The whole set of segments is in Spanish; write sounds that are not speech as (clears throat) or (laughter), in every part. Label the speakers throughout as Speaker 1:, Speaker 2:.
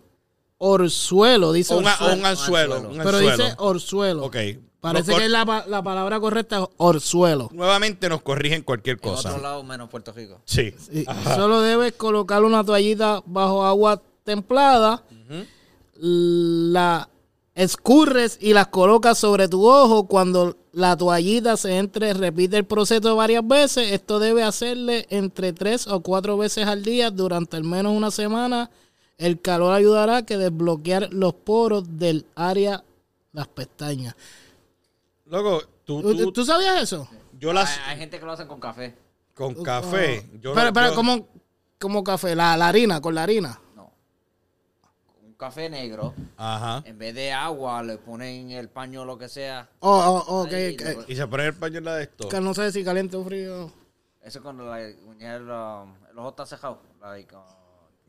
Speaker 1: orzuelo, dice
Speaker 2: Un, a-
Speaker 1: orzuelo,
Speaker 2: un anzuelo. un
Speaker 1: pero
Speaker 2: anzuelo.
Speaker 1: dice orzuelo.
Speaker 2: Ok.
Speaker 1: Parece
Speaker 2: Nos cor-
Speaker 1: que es la, pa- la palabra correcta, orzuelo.
Speaker 2: Nuevamente nos corrigen cualquier
Speaker 3: En otro
Speaker 2: cosa.
Speaker 3: lado menos Puerto Rico.
Speaker 2: Sí.
Speaker 1: Y Solo debes colocar una toallita bajo agua templada, la escurres y las colocas sobre tu ojo. Cuando la toallita se entre, repite el proceso varias veces. Esto debe hacerle entre tres o cuatro veces al día durante al menos una semana. El calor ayudará a que desbloquear los poros del área, las pestañas.
Speaker 2: Loco, tú,
Speaker 1: ¿Tú,
Speaker 2: tú-
Speaker 1: tú sabías eso?
Speaker 2: yo
Speaker 3: Hay,
Speaker 2: las
Speaker 3: hay gente que lo hacen con café.
Speaker 2: con café. Yo,
Speaker 1: ah. pero, pero
Speaker 2: yo-
Speaker 1: como, como café, la, la harina, con la harina.
Speaker 3: No. Un café negro.
Speaker 2: Ajá.
Speaker 3: En vez de agua le ponen el paño o lo que sea.
Speaker 1: Oh, oh, oh, que-
Speaker 3: Ahí,
Speaker 1: que-
Speaker 2: Y se pone el pañuelo de esto.
Speaker 1: Que no sé si caliente o frío.
Speaker 3: Eso es cuando la, when you have, um, el ojo está cejado. Like, uh,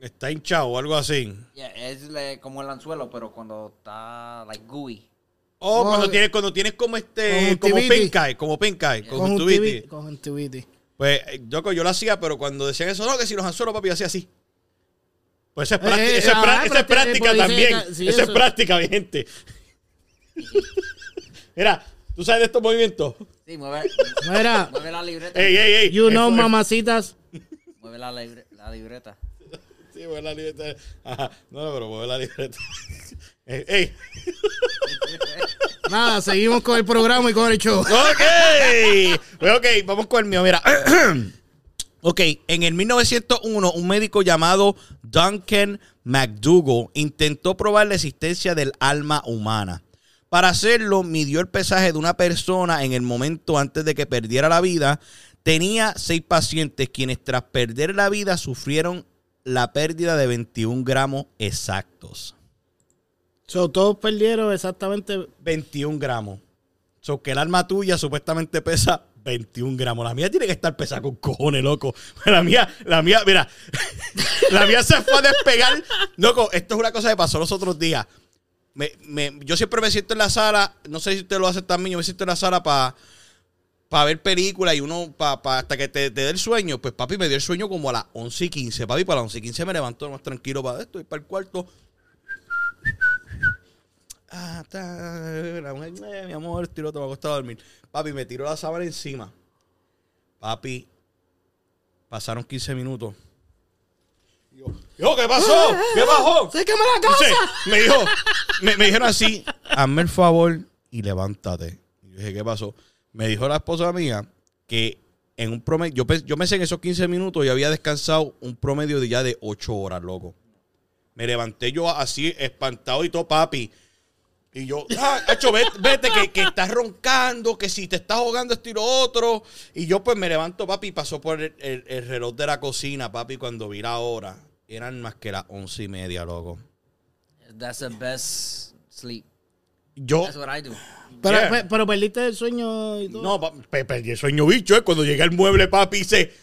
Speaker 2: Está hinchado o algo así.
Speaker 3: Yeah, es le- como el anzuelo, pero cuando está like gooey.
Speaker 2: O
Speaker 1: Con-
Speaker 2: cuando tienes, cuando tienes como este, como
Speaker 1: Conjuntivitis.
Speaker 2: pencae, como pencae, conjuntivitis.
Speaker 1: Conjuntivi- Conjuntivitis.
Speaker 2: Pues, eh, loco, yo lo hacía, pero cuando decían eso, no, que si los anzuelos, papi, yo hacía así. Pues esa es,
Speaker 1: Eh,
Speaker 2: práctica-
Speaker 1: eh,
Speaker 2: esa es
Speaker 1: ajá,
Speaker 2: prá- esa es
Speaker 1: práctica,
Speaker 2: práctica
Speaker 1: eh, porque dice
Speaker 2: también.
Speaker 1: que- sí,
Speaker 2: esa es
Speaker 1: eso-
Speaker 2: práctica, mi gente. Mira, ¿tú sabes de estos movimientos?
Speaker 3: Sí, mueve, (laughs)
Speaker 1: Mira,
Speaker 3: mueve la libreta.
Speaker 2: Ey, ey, ey.
Speaker 1: (laughs) you know,
Speaker 2: Eso es.
Speaker 1: mamacitas.
Speaker 3: Mueve la, libre- la libreta. (laughs)
Speaker 2: Sí, mueve la libreta. Ajá. No, no, pero mueve la libreta. (laughs) ey, ey.
Speaker 1: Nada, seguimos con el programa y con el show.
Speaker 2: Ok. Pues, ok, vamos con el mío. Mira. (clears throat) ok, en el 1901, un médico llamado Duncan McDougall intentó probar la existencia del alma humana. Para hacerlo, midió el pesaje de una persona en el momento antes de que perdiera la vida. Tenía seis pacientes quienes tras perder la vida sufrieron la pérdida de 21 gramos exactos.
Speaker 1: So, todos perdieron exactamente.
Speaker 2: 21 gramos. So que el arma tuya supuestamente pesa 21 gramos. La mía tiene que estar pesada con cojones, loco. (laughs) La mía, la mía, mira. (laughs) la mía se fue a despegar. Loco, esto es una cosa que pasó los otros días. Me- me- yo siempre me siento en la sala, no sé si usted lo hace también, yo me siento en la sala para ver películas y uno pa, pa- hasta que te, te dé el sueño. Pues papi me dio el sueño como a las 11 y 15. Papi, para las 11 y 15 me levanto más tranquilo para esto y para el cuarto. Ah, está. la mujer, eh, mi amor, tiro, te va a costar dormir. Papi, me tiró la sábana encima. Papi, pasaron 15 minutos. Y Yo, "Yo, ¿qué pasó? ¿Qué pasó?
Speaker 1: ¡Se quema la casa!
Speaker 2: Entonces, me dijo, me, me dijeron así, hazme el favor y levántate. Y yo dije, ¿qué pasó? Me dijo la esposa mía que en un promedio, yo, pe- yo me sé en esos 15 minutos yo había descansado un promedio de ya de 8 horas, loco. Me levanté yo así, espantado y todo, papi. Y yo, ah, hacho, vete, vete, que, que estás roncando, que si te estás ahogando esto y lo otro. Y yo pues me levanto, papi, y pasó por el, el- el reloj de la cocina, papi, cuando vi la hora. Eran más que las once y media, loco.
Speaker 3: That's the best sleep.
Speaker 2: Yo.
Speaker 3: That's what I do. (laughs)
Speaker 1: Pero,
Speaker 2: Yeah.
Speaker 1: pe- pero perdiste el sueño y todo.
Speaker 2: No, pa- pe- perdí el sueño bicho, eh. Cuando llegué al mueble, papi, hice.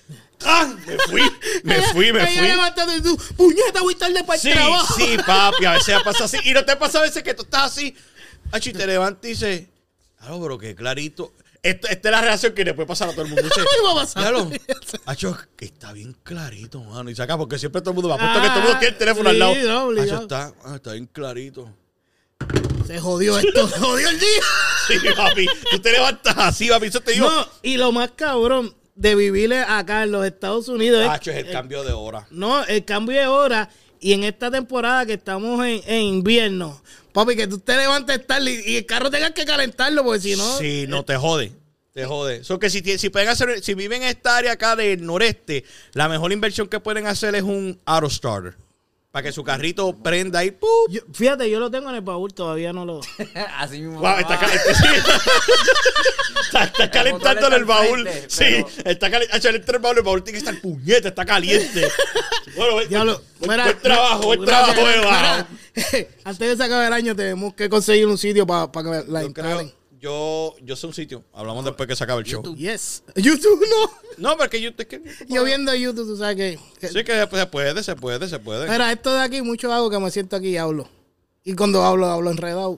Speaker 2: ¡Ah! Me fui,
Speaker 1: (laughs)
Speaker 2: me fui, me
Speaker 1: Ella
Speaker 2: fui.
Speaker 1: levantando y tú, puñeta, voy tarde para el
Speaker 2: Sí,
Speaker 1: trabajo.
Speaker 2: sí, papi, a veces pasa así. Y no te pasa a veces que tú estás así. Ach, y te levantas y dices, claro, pero qué clarito. Esto- esta es la reacción que le puede pasar a todo el mundo. Dice,
Speaker 1: (laughs) Ay, va a pasar.
Speaker 2: "Diablo, Acho, que está bien clarito, mano. Y saca, porque siempre todo el mundo me apuesta que todo el mundo tiene el teléfono
Speaker 1: Ah,
Speaker 2: al lado.
Speaker 1: sí, no, obligado.
Speaker 2: Acho, está, ah, está bien clarito. (laughs)
Speaker 1: Se jodió esto, se jodió el día.
Speaker 2: Sí, papi, tú te levantas así, papi, eso te digo.
Speaker 1: No, y lo más cabrón de vivir acá en los Estados Unidos es,
Speaker 2: Acho, Ah, es el cambio de hora.
Speaker 1: no, el cambio de hora y en esta temporada que estamos en, en invierno. Papi, que tú te levantes tarde y, y el carro tengas que calentarlo porque si no...
Speaker 2: Sí, no te jode. Te jode. So que si, tie- si, pueden hacer, si viven en esta área acá del noreste, la mejor inversión que pueden hacer es un auto starter. Para que su carrito prenda ahí. ¡pup!
Speaker 1: Yo- fíjate, yo lo tengo en el baúl, todavía no lo...
Speaker 3: Así mismo.
Speaker 2: Wow, (laughs) está, cal- está- está calentando en el baúl.
Speaker 3: frente,
Speaker 2: Sí,
Speaker 3: pero-
Speaker 2: está calentando el baúl. El baúl tiene que estar puñeta, está caliente. Bueno, buen,
Speaker 1: Ya lo-
Speaker 2: (laughs) buen-
Speaker 1: mira,
Speaker 2: buen trabajo, buen
Speaker 1: gracias,
Speaker 2: trabajo, Eva.
Speaker 1: mira, (laughs) Antes de sacar el año tenemos que conseguir un sitio para que la
Speaker 2: Yo creo,
Speaker 1: instalen.
Speaker 2: yo, yo sé un sitio. Hablamos después que se acabe el show.
Speaker 1: Yes. (laughs) YouTube no.
Speaker 2: No, porque yo, es que,
Speaker 1: Yo viendo YouTube, tú sabes que... que-
Speaker 2: Ah. Sí, que se se puede, se puede, se puede.
Speaker 1: Mira, esto de aquí, mucho hago que me siento aquí y hablo. Y cuando hablo, hablo enredado.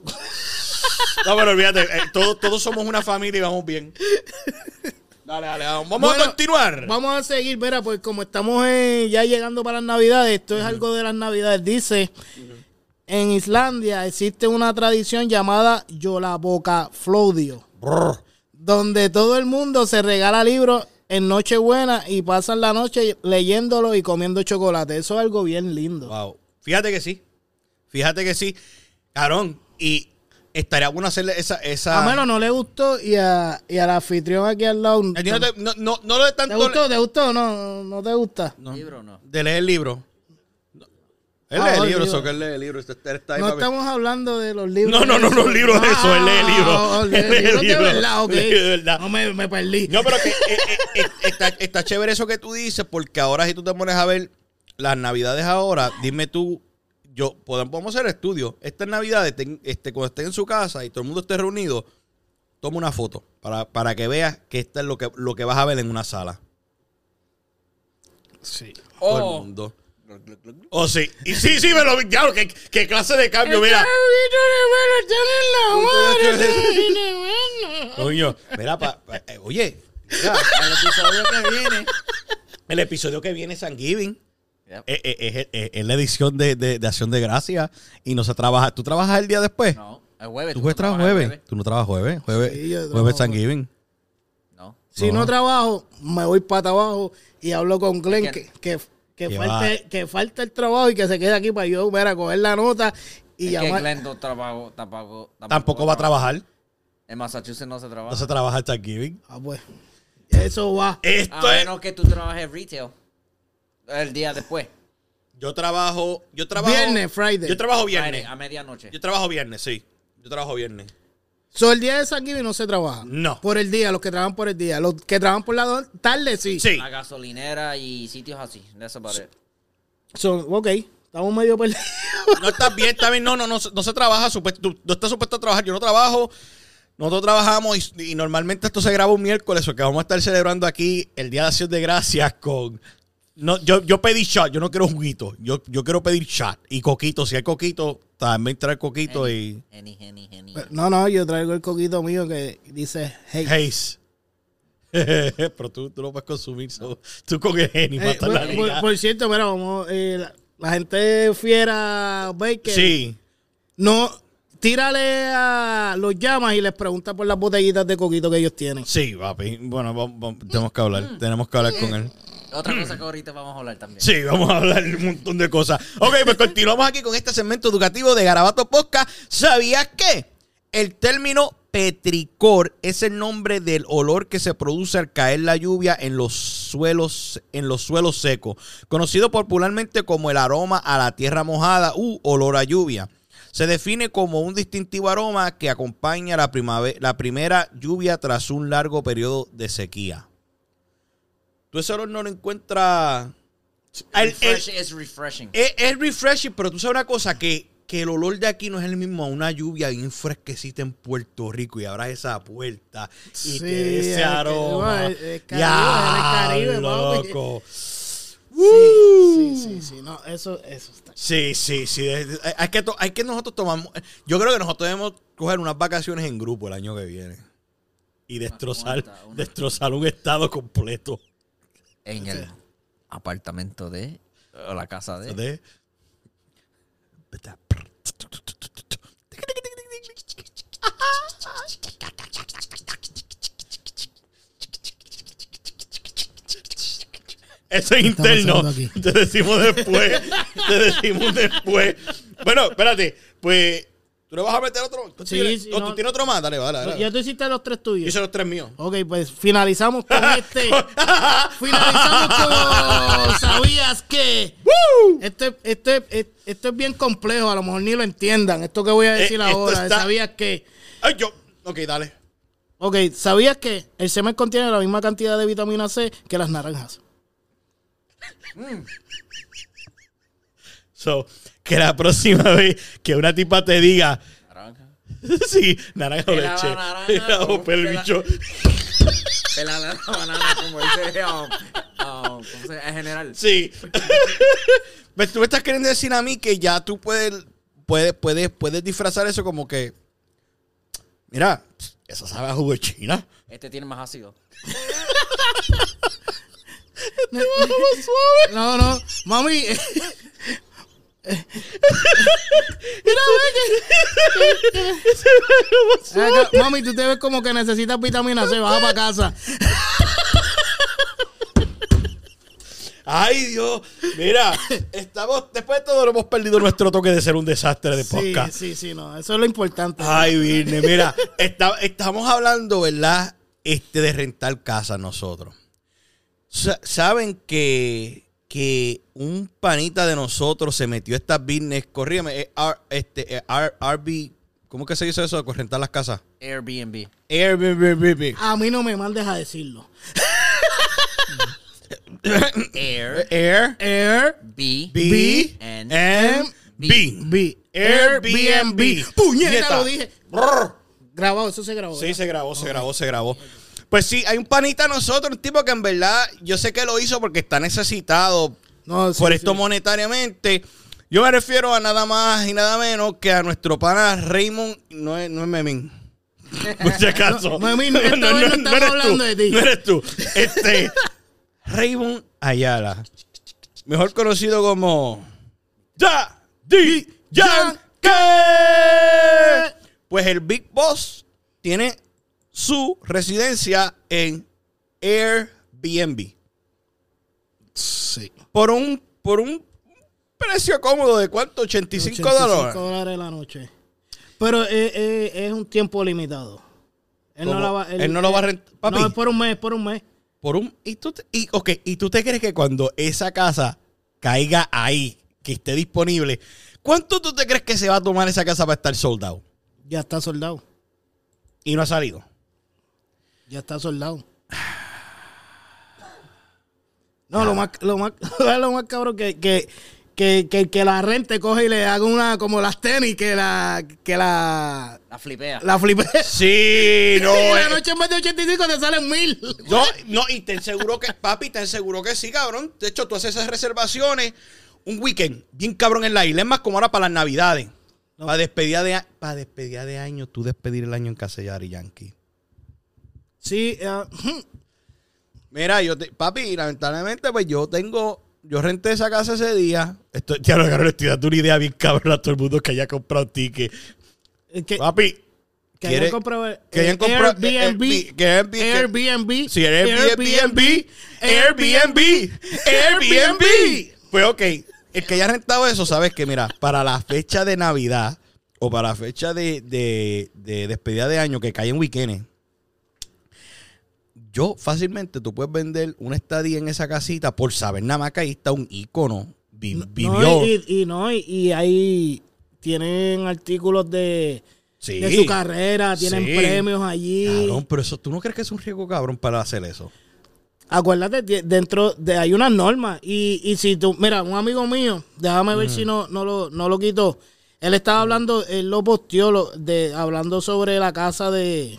Speaker 2: No, pero olvídate, eh, todos, todos somos una familia y vamos bien. Dale, dale, vamos, vamos
Speaker 1: Bueno,
Speaker 2: a continuar.
Speaker 1: Vamos a seguir, mira, pues como estamos eh, ya llegando para las navidades, esto es algo de las navidades. Dice, en Islandia existe una tradición llamada Yola Boca Flodio,
Speaker 2: Brr.
Speaker 1: donde todo el mundo se regala libros en Nochebuena y pasan la noche leyéndolo y comiendo chocolate. Eso es algo bien lindo.
Speaker 2: Wow. Fíjate que sí. Fíjate que sí. Carón, y estaría bueno hacerle esa. esa...
Speaker 1: A menos no le gustó y, a, y al anfitrión aquí al lado.
Speaker 2: A ti no, te- no, no, no lo de
Speaker 1: ¿Te
Speaker 2: tanto.
Speaker 1: gustó? ¿Te gustó? No, no te gusta.
Speaker 2: No,
Speaker 3: ¿Libro o no?
Speaker 2: De leer el libro. No. Él lee
Speaker 1: Ah,
Speaker 2: el
Speaker 1: el
Speaker 2: libro,
Speaker 1: libro.
Speaker 2: eso que él lee el libro. Este- este está ahí,
Speaker 1: No
Speaker 2: papi.
Speaker 1: estamos hablando de los libros.
Speaker 2: No, no, no, los libros de eso, él lee el libro.
Speaker 1: Ah,
Speaker 2: (laughs) Él lee el
Speaker 1: libros
Speaker 2: libro.
Speaker 1: De verdad, ok.
Speaker 2: Lee (laughs) de verdad.
Speaker 1: No me, me perdí.
Speaker 2: No, pero que, eh, eh, eh, está, está chévere eso que tú dices, porque ahora si tú te pones a ver las navidades ahora, dime tú, yo podemos, podemos hacer estudios. Estas navidades, ten- este, cuando estés en su casa y todo el mundo esté reunido, toma una foto para, para que veas que esta es lo que, lo que vas a ver en una sala.
Speaker 1: Sí.
Speaker 2: Todo el
Speaker 3: O
Speaker 2: mundo.
Speaker 3: cluc, cluc, cluc.
Speaker 2: Oh, sí. Y sí, sí, me lo vi. Diablo, qué, qué clase de cambio, mira. Coño, mira, pa- pa- eh, oye,
Speaker 3: Ya, el episodio que viene.
Speaker 2: el episodio que viene es Thanksgiving.
Speaker 3: Yep.
Speaker 2: Eh, eh, Es, es- es la edición de, de- de Acción de Gracia y no se trabaja. ¿Tú trabajas el día después?
Speaker 3: No, el jueves.
Speaker 2: ¿Tú
Speaker 3: no
Speaker 2: jueves trabajas
Speaker 3: trabajas el
Speaker 2: jueves? ¿Tú no trabajas jueves? Jueves,
Speaker 1: Sí, yo
Speaker 2: jueves
Speaker 1: trabajo.
Speaker 2: Thanksgiving.
Speaker 3: No.
Speaker 1: Si
Speaker 2: No.
Speaker 1: no trabajo, me voy para abajo y hablo con Glenn que,
Speaker 3: que-
Speaker 1: que, que
Speaker 2: Que
Speaker 1: falte, que falte el trabajo y que se quede aquí para yo ver a coger la nota y
Speaker 3: Y es que
Speaker 1: llamar.
Speaker 3: Glenn no trabajo, tampoco, tampoco,
Speaker 2: Tampoco va a trabajar.
Speaker 3: En Massachusetts no se trabaja.
Speaker 2: No se trabaja el Thanksgiving.
Speaker 1: Ah, pues, eso va.
Speaker 2: Esto
Speaker 3: a
Speaker 2: es-
Speaker 3: menos que tú trabajes retail el día después.
Speaker 2: Yo trabajo. Yo trabajo.
Speaker 1: Viernes, Friday.
Speaker 2: Yo trabajo
Speaker 3: Friday,
Speaker 2: viernes.
Speaker 3: a medianoche.
Speaker 2: Yo trabajo viernes, sí. Yo trabajo viernes.
Speaker 1: So, el día de Thanksgiving no se trabaja.
Speaker 2: No.
Speaker 1: Por el día, los que trabajan por el día. Los que trabajan por la do- tarde, sí.
Speaker 2: Sí.
Speaker 3: La gasolinera y sitios así. That's about it.
Speaker 1: So, ok, estamos medio perdidos. (laughs)
Speaker 2: No estás bien, está bien. No, no, no, se- no se trabaja. supuesto- tú, tú estás supuesto a trabajar. Yo no trabajo. Nosotros trabajamos y, y normalmente esto se graba un miércoles, o que vamos a estar celebrando aquí el Día de Acción de Gracias con. No, yo, yo pedí shot, yo no quiero juguito. Yo, yo quiero pedir shot. Y coquito, si hay coquito, también trae coquito y.
Speaker 3: Geni, geni, geni.
Speaker 1: No, no, yo traigo el coquito mío que dice, hey.
Speaker 2: Haze. (laughs) Pero tú, tú no puedes consumir. so- Tú con el genio
Speaker 1: Eh,
Speaker 2: matas la
Speaker 1: por,
Speaker 2: liga.
Speaker 1: por- por cierto, mira, vamos, eh, la, la gente fiera Baker.
Speaker 2: Sí.
Speaker 1: No, tírale a los llamas y les pregunta por las botellitas de coquito que ellos tienen.
Speaker 2: Sí, papi. Bueno, vamos- vamos- tenemos que hablar. Tenemos que hablar con él.
Speaker 3: Otra cosa que ahorita vamos a hablar también.
Speaker 2: Sí, vamos a hablar un montón de cosas. Ok, pues continuamos aquí con este segmento educativo de Garabato Podcast. ¿Sabías qué? El término petricor es el nombre del olor que se produce al caer la lluvia en los suelos, en los suelos secos, conocido popularmente como el aroma a la tierra mojada u olor a lluvia. Se define como un distintivo aroma que acompaña la, primave- la primera lluvia tras un largo periodo de sequía. Tú ese olor no lo encuentras... El- el-
Speaker 3: Refresh is refreshing.
Speaker 2: es, es refreshing, pero tú sabes una cosa, que, que el olor de aquí no es el mismo a una lluvia bien fresquecita en Puerto Rico y abras esa puerta y
Speaker 1: Sí,
Speaker 2: te dé
Speaker 1: es
Speaker 2: ese
Speaker 1: que-
Speaker 2: aroma.
Speaker 1: no, es- es Caribe, es el Caribe, papi.
Speaker 2: loco.
Speaker 1: Sí, sí, sí, sí, no, eso, eso está.
Speaker 2: Sí, sí, sí. es- es- Hay que, to- hay que nosotros tomamos... Yo creo que nosotros debemos coger unas vacaciones en grupo el año que viene. Y destrozar,
Speaker 3: cuantas, unas-
Speaker 2: destrozar un estado completo.
Speaker 3: En el apartamento de. O la casa de.
Speaker 2: de- Eso es interno.
Speaker 1: pasando aquí?
Speaker 2: Te decimos después. Te decimos después. Bueno, espérate. Pues, ¿tú le vas a meter otro? ¿Tú,
Speaker 1: Sí,
Speaker 2: tienes,
Speaker 1: sí,
Speaker 2: oh,
Speaker 1: no.
Speaker 2: ¿tú tienes otro más? Dale, dale, dale.
Speaker 1: Ya tú hiciste los tres
Speaker 2: Yo
Speaker 1: tuyos.
Speaker 2: hice los tres míos.
Speaker 1: Ok, pues finalizamos
Speaker 2: (laughs)
Speaker 1: con este. finalizamos con. ¿Sabías que? Este, este, este- esto es bien complejo, a lo mejor ni lo entiendan. Esto que voy a
Speaker 2: Eh,
Speaker 1: decir
Speaker 2: esto
Speaker 1: ahora,
Speaker 2: está-
Speaker 1: ¿sabías que?
Speaker 2: (laughs) Ay, yo. Ok, dale.
Speaker 1: Ok, ¿sabías que el semen contiene la misma cantidad de vitamina C que las naranjas?
Speaker 3: mm,
Speaker 2: So, que la próxima (laughs) vez que una tipa te diga, (laughs)
Speaker 3: Naranja.
Speaker 2: Sí, naranja o
Speaker 3: Era
Speaker 2: leche.
Speaker 3: banana,
Speaker 2: (laughs) Era
Speaker 3: ¿no?
Speaker 2: ope, el
Speaker 3: Era-
Speaker 2: bicho.
Speaker 3: Pela la banana, como dice. (laughs) um, um, ¿Cómo se llama? En general.
Speaker 2: Sí. (laughs) Pero Pues, tú me estás queriendo decir a mí que ya tú puedes, puedes, puedes, puedes disfrazar eso como que. Mira, esa sabe a jugo de China.
Speaker 3: Este tiene más ácido.
Speaker 1: No, no, (laughs) mami. eh, eh, Mira, ve que- Acá, Mami, tú te ves como que necesitas vitamina C, baja para casa.
Speaker 2: Ay, Dios. (laughs) Mira, estamos, después de todo, hemos perdido nuestro toque de ser un desastre de
Speaker 1: Sí,
Speaker 2: podcast.
Speaker 1: sí, sí, no, eso es lo importante.
Speaker 2: Ay, Virne, mira, está- estamos hablando, ¿verdad? Este de rentar casa nosotros. Sa- Saben que, que un panita de nosotros se metió a estas business, corrígeme, eh, R- este, eh, R- RB, ¿cómo que se dice eso? de Rentar las casas.
Speaker 3: Airbnb.
Speaker 2: Airbnb.
Speaker 1: A mí no me mandes a decirlo.
Speaker 3: Airbnb.
Speaker 2: Air. B.
Speaker 3: N.
Speaker 2: M. B.
Speaker 1: B.
Speaker 2: Airbnb.
Speaker 1: Puñeta, lo dije.
Speaker 2: Brr.
Speaker 1: Grabado, eso se grabó. ¿eh?
Speaker 2: Sí, se grabó, se grabó, se grabó. Pues sí, hay un panita a nosotros, un tipo que en verdad yo sé que lo hizo porque está necesitado
Speaker 1: No, sí,
Speaker 2: por
Speaker 1: sí.
Speaker 2: esto monetariamente. Yo me refiero a nada más y nada menos que a nuestro pana Raymond, no es, no es Memín. (laughs) Por si acaso.
Speaker 1: No, Memín, esta vez no estamos
Speaker 2: eres
Speaker 1: hablando
Speaker 2: tú,
Speaker 1: de ti.
Speaker 2: No eres tú. Este, Raymond Ayala, mejor conocido como Daddy Yankee. Pues el Big Boss tiene su residencia en Airbnb
Speaker 1: Sí.
Speaker 2: por un por un precio cómodo de cuánto 85,
Speaker 1: 85
Speaker 2: dólares
Speaker 1: la noche. Pero eh, eh, es un tiempo limitado. Él no,
Speaker 2: ¿Cómo?
Speaker 1: la va,
Speaker 2: Él no lo va a rent- papi.
Speaker 1: No, es por un mes, por un mes.
Speaker 2: por un y tú te, y, ok, y tú te crees que cuando esa casa caiga ahí que esté disponible cuánto tú te crees que se va a tomar esa casa para estar soldado
Speaker 1: Ya está soldado.
Speaker 2: y no ha salido
Speaker 1: Ya está soldado. No, lo más, lo más, (laughs) lo más cabrón que, que, que, que, que la rente coge y le haga una como las tenis que la que la,
Speaker 3: La flipea.
Speaker 1: la flipé.
Speaker 2: sí (laughs) no
Speaker 1: (laughs) y la
Speaker 2: eh,
Speaker 1: noche en vez de 85 te salen mil.
Speaker 2: No, no, y te aseguro que, papi, te aseguro que sí, cabrón. De hecho, tú haces esas reservaciones un weekend, bien cabrón en la isla. Es más como ahora para las navidades. Para despedida de, a- para despedida de año, tú despedir el año en Casellar y Yankee.
Speaker 1: Sí, ah,
Speaker 2: Mira, yo te- papi, lamentablemente, pues yo tengo, yo renté esa casa ese día. Estoy, ya lo cabrón, estoy dando una idea bien cabrón a todo el mundo que haya comprado ticket.
Speaker 1: (laughs) es que,
Speaker 2: Papi,
Speaker 1: que
Speaker 2: Ah, ¿quiere-
Speaker 1: hayan comprado eh,
Speaker 2: que hayan comprado-
Speaker 1: Airbnb,
Speaker 2: eh, que hayan- que-
Speaker 1: Airbnb,
Speaker 2: Si eres Airbnb,
Speaker 1: Airbnb,
Speaker 2: Airbnb, Airbnb. Pues ok, el que haya rentado eso, sabes que mira, para la fecha de Navidad o para la fecha de, de- de despedida de año que cae en weekendes, yo fácilmente tú puedes vender una estadía en esa casita por saber nada más que ahí está un ícono. vi- vivió.
Speaker 1: No, y, y- y no, y, y ahí tienen artículos de,
Speaker 2: Sí.
Speaker 1: de su carrera, tienen
Speaker 2: Sí.
Speaker 1: premios allí.
Speaker 2: Cabrón, pero eso, ¿tú no crees que es un riesgo cabrón para hacer eso?
Speaker 1: Acuérdate, ti- dentro de hay unas normas. Y, y si tú, mira, un amigo mío, déjame ver si no, no lo, no lo quitó. Él estaba hablando, él lo posteó lo- de, hablando sobre la casa de,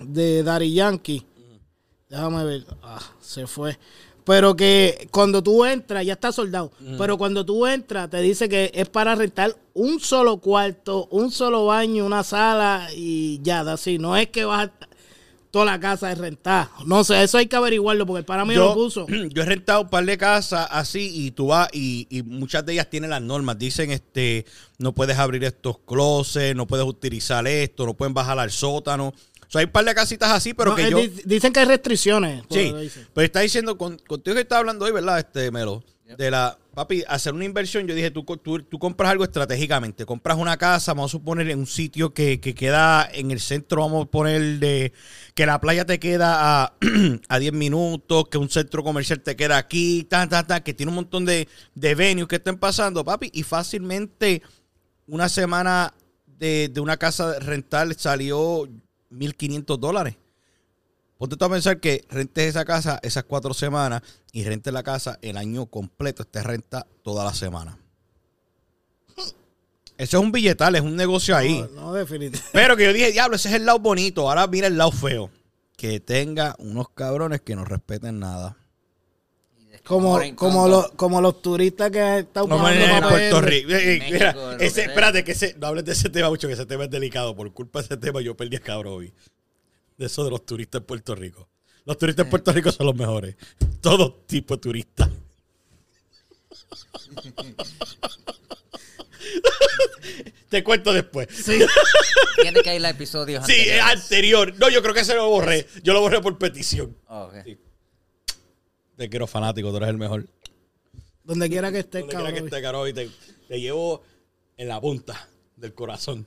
Speaker 1: de Dari Yankee. Déjame ver. Ah, se fue. Pero que cuando tú entras, ya está soldado. Pero cuando tú entras, te dice que es para rentar un solo cuarto, un solo baño, una sala y ya, así. No es que vas a toda la casa es rentada. No sé, eso hay que averiguarlo porque el para mí lo puso.
Speaker 2: (clears throat) yo he rentado un par de casas así y tú vas y, y muchas de ellas tienen las normas. Dicen, este, no puedes abrir estos closets, no puedes utilizar esto, no pueden bajar al sótano. O sea, hay un par de casitas así, pero
Speaker 1: No,
Speaker 2: que
Speaker 1: eh,
Speaker 2: yo...
Speaker 1: di- Dicen que hay restricciones. por
Speaker 2: Sí,
Speaker 1: lo que dicen.
Speaker 2: pero está diciendo, con- contigo que está hablando hoy, ¿verdad, este Melo? De la, papi, hacer una inversión, yo dije, tú, co- tú, tú compras algo estratégicamente, compras una casa, vamos a suponer, en un sitio que, que queda en el centro, vamos a poner de, que la playa te queda a, (clears throat) a 10 minutos, que un centro comercial te queda aquí, ta, ta, ta, que tiene un montón de, de venues que están pasando, papi, y fácilmente una semana de, de una casa rental salió 1.500 dólares. Ponte tú a pensar que rentes esa casa esas cuatro semanas y rentes la casa el año completo. Este renta toda la semana. Eso es un billetal, es un negocio ahí.
Speaker 1: No, no, definitivamente.
Speaker 2: Pero que yo dije, diablo, ese es el lado bonito. Ahora mira el lado feo. Que tenga unos cabrones que no respeten nada.
Speaker 1: Como, como, los, como los turistas que han estado
Speaker 2: No
Speaker 1: pagando
Speaker 2: en
Speaker 1: para
Speaker 2: Puerto
Speaker 1: ver-
Speaker 2: Rico. Eh, eh,
Speaker 3: México,
Speaker 2: mira,
Speaker 3: lo que
Speaker 2: ese,
Speaker 3: sea.
Speaker 2: espérate, que ese, no hables de ese tema mucho, que ese tema es delicado. Por culpa de ese tema yo perdí a cabrón hoy. De eso de los turistas en Puerto Rico. Los turistas en Puerto Rico son los mejores. Todo tipo de
Speaker 3: (laughs)
Speaker 2: turistas. Te cuento después. Sí,
Speaker 3: (laughs) Tiene que ir los episodios
Speaker 2: es
Speaker 3: anteriores.
Speaker 2: anterior. No, yo creo que ese lo borré. Yo lo borré por petición.
Speaker 3: Oh, ok.
Speaker 2: Te quiero fanático, tú eres el mejor.
Speaker 1: Donde quiera que estés,
Speaker 2: Donde quiera que
Speaker 1: cabrón.
Speaker 2: esté, Caro, y te, te llevo en la punta del
Speaker 1: (laughs)
Speaker 2: corazón.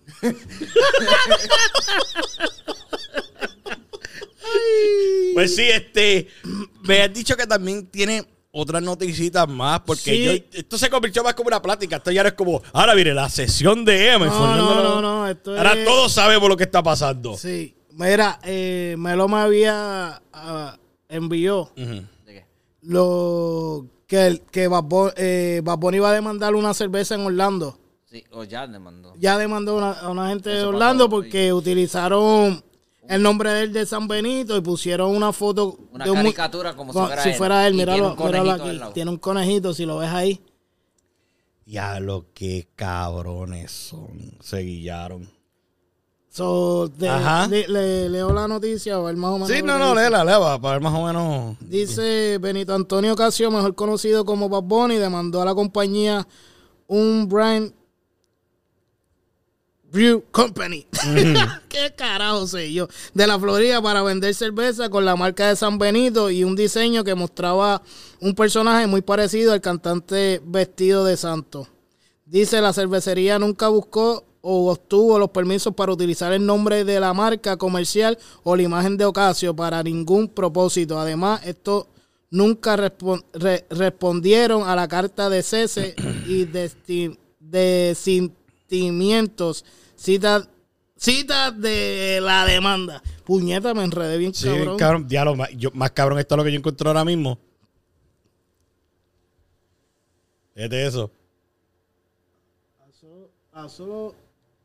Speaker 2: pues sí, este, me has dicho que también tiene otras noticitas más, porque
Speaker 1: Sí.
Speaker 2: yo- esto se convirtió más como una plática, esto ya no es como, ahora viene la sesión de M.
Speaker 1: No,
Speaker 2: Fernando,
Speaker 1: no, no, no, esto
Speaker 2: ahora
Speaker 1: es-
Speaker 2: todos sabemos lo que está pasando.
Speaker 1: Sí. Mira, eh, Melo me había ah, envió
Speaker 2: Ujú.
Speaker 3: ¿De qué?
Speaker 1: lo que, el- que Bad, Bu- eh, Bad Bunny va a demandar una cerveza en Orlando.
Speaker 3: Sí, o ya le mandó. (laughs)
Speaker 1: Ya demandó una- a una gente de
Speaker 3: Eso pasó
Speaker 1: Orlando
Speaker 3: hoy.
Speaker 1: porque utilizaron el nombre de él de San Benito y pusieron una foto
Speaker 3: Una
Speaker 1: de un mu-
Speaker 3: caricatura como si
Speaker 1: co-
Speaker 3: fuera
Speaker 1: si
Speaker 3: él.
Speaker 1: fuera él.
Speaker 3: Y
Speaker 1: Míralo,
Speaker 3: tiene un
Speaker 1: míralo
Speaker 3: conejito al
Speaker 1: aquí.
Speaker 3: lado.
Speaker 1: Tiene un conejito, si lo ves ahí.
Speaker 2: Ya lo que cabrones son. Se guillaron.
Speaker 1: So, te-
Speaker 2: Ajá.
Speaker 1: le, le- leo la noticia o el más o menos.
Speaker 2: Sí,
Speaker 1: lo
Speaker 2: no,
Speaker 1: que
Speaker 2: no,
Speaker 1: dice.
Speaker 2: léela, léela, para ver más o menos.
Speaker 1: Dice Benito Antonio Casio, mejor conocido como Bad Bunny, demandó a la compañía un Brian Brew Company. (laughs) ¿Qué carajo sé yo? De la Florida para vender cerveza con la marca de San Benito y un diseño que mostraba un personaje muy parecido al cantante vestido de santo. Dice, la cervecería nunca buscó o obtuvo los permisos para utilizar el nombre de la marca comercial o la imagen de Ocasio para ningún propósito. Además, esto nunca respon- re- respondieron a la carta de cese y desti- desistimientos. Cita, cita de la demanda. Puñeta, me enredé bien,
Speaker 2: Sí,
Speaker 1: cabrón.
Speaker 2: cabrón. Ya lo más, yo- más cabrón está lo que yo encuentro ahora mismo. Fíjate eso.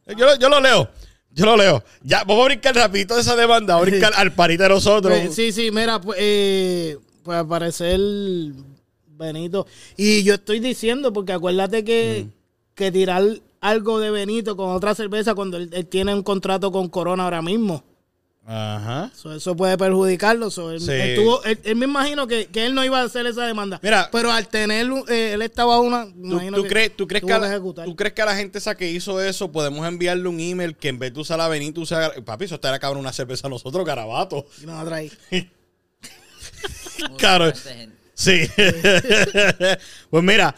Speaker 2: Eh, Yo, lo- yo lo leo. Yo lo leo. Ya, vamos a brincar rapidito de esa demanda. Vamos a brincar al parita de nosotros.
Speaker 1: Pues, sí, sí, mira, pues, eh, pues al parecer Benito. Y yo estoy diciendo, porque acuérdate que, que tirar algo de Benito con otra cerveza cuando él, él tiene un contrato con Corona ahora mismo.
Speaker 2: Ajá.
Speaker 1: So, eso puede perjudicarlo. so, él,
Speaker 2: Sí.
Speaker 1: él tuvo- él- él me imagino que, que él no iba a hacer esa demanda.
Speaker 2: Mira.
Speaker 1: pero al tener, un- eh, él estaba una.
Speaker 2: ¿Tú,
Speaker 1: imagino
Speaker 2: tú
Speaker 1: que
Speaker 2: crees, tú, crees
Speaker 1: tuvo
Speaker 2: que a
Speaker 1: que
Speaker 2: la,
Speaker 1: ejecutar.
Speaker 2: tú crees que a la gente esa que hizo eso podemos enviarle un email que en vez de usar la Benito usa... Papi, eso estará cabrón una cerveza a nosotros, garabato.
Speaker 1: Y nos atrae.
Speaker 2: (laughs)
Speaker 3: Muy
Speaker 2: Claro.
Speaker 3: bastante gente.
Speaker 2: Sí. (laughs) pues mira,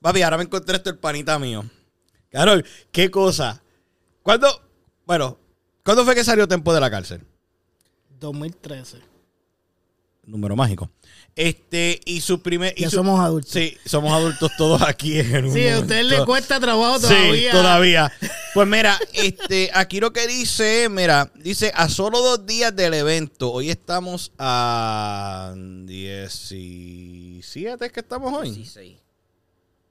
Speaker 2: papi, ahora me encontré esto el panita mío. Carol, qué cosa. ¿Cuándo, bueno, ¿cuándo fue que salió Tempo de la cárcel?
Speaker 1: 2013.
Speaker 2: Número mágico. Este, y su primer. Y
Speaker 1: Ya
Speaker 2: su-
Speaker 1: somos adultos.
Speaker 2: (laughs) Sí, somos adultos todos aquí en un
Speaker 1: Sí, a usted le
Speaker 2: momento.
Speaker 1: cuesta trabajo
Speaker 2: Sí, todavía. Pues mira, este, aquí lo que dice, mira, dice a solo dos días del evento. Hoy estamos a 17, es que estamos hoy.
Speaker 3: 16.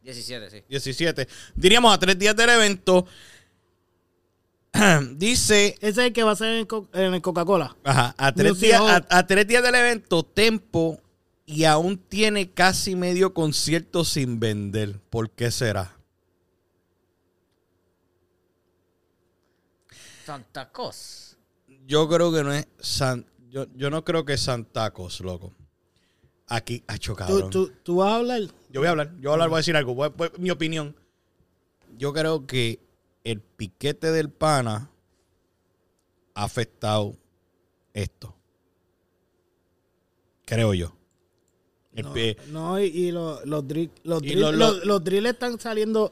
Speaker 3: 17, sí.
Speaker 2: 17. Diríamos a tres días del evento. (clears throat) Dice,
Speaker 1: Ese es el que va a ser en, co- en el Coca-Cola.
Speaker 2: ajá, a tres,
Speaker 1: Music
Speaker 2: días,
Speaker 1: Hall.
Speaker 2: a, a tres días del evento, Tempo y aún tiene casi medio concierto sin vender. ¿Por qué será?
Speaker 3: Santa Cos.
Speaker 2: Yo creo que no es San, yo, yo no creo que es Santacos, loco. Aquí ha
Speaker 1: ¿Tú,
Speaker 2: chocado.
Speaker 1: tú, tú vas a hablar?
Speaker 2: Yo voy a hablar, yo voy a hablar, voy a decir algo, voy a- voy- mi opinión. Yo creo que el piquete del pana ha afectado esto. Creo yo. El
Speaker 1: No, eh,
Speaker 2: pi-
Speaker 1: no, y, y los, los, drill- los,
Speaker 2: Eh, Y
Speaker 1: drill-
Speaker 2: los-
Speaker 1: los- los drills están saliendo.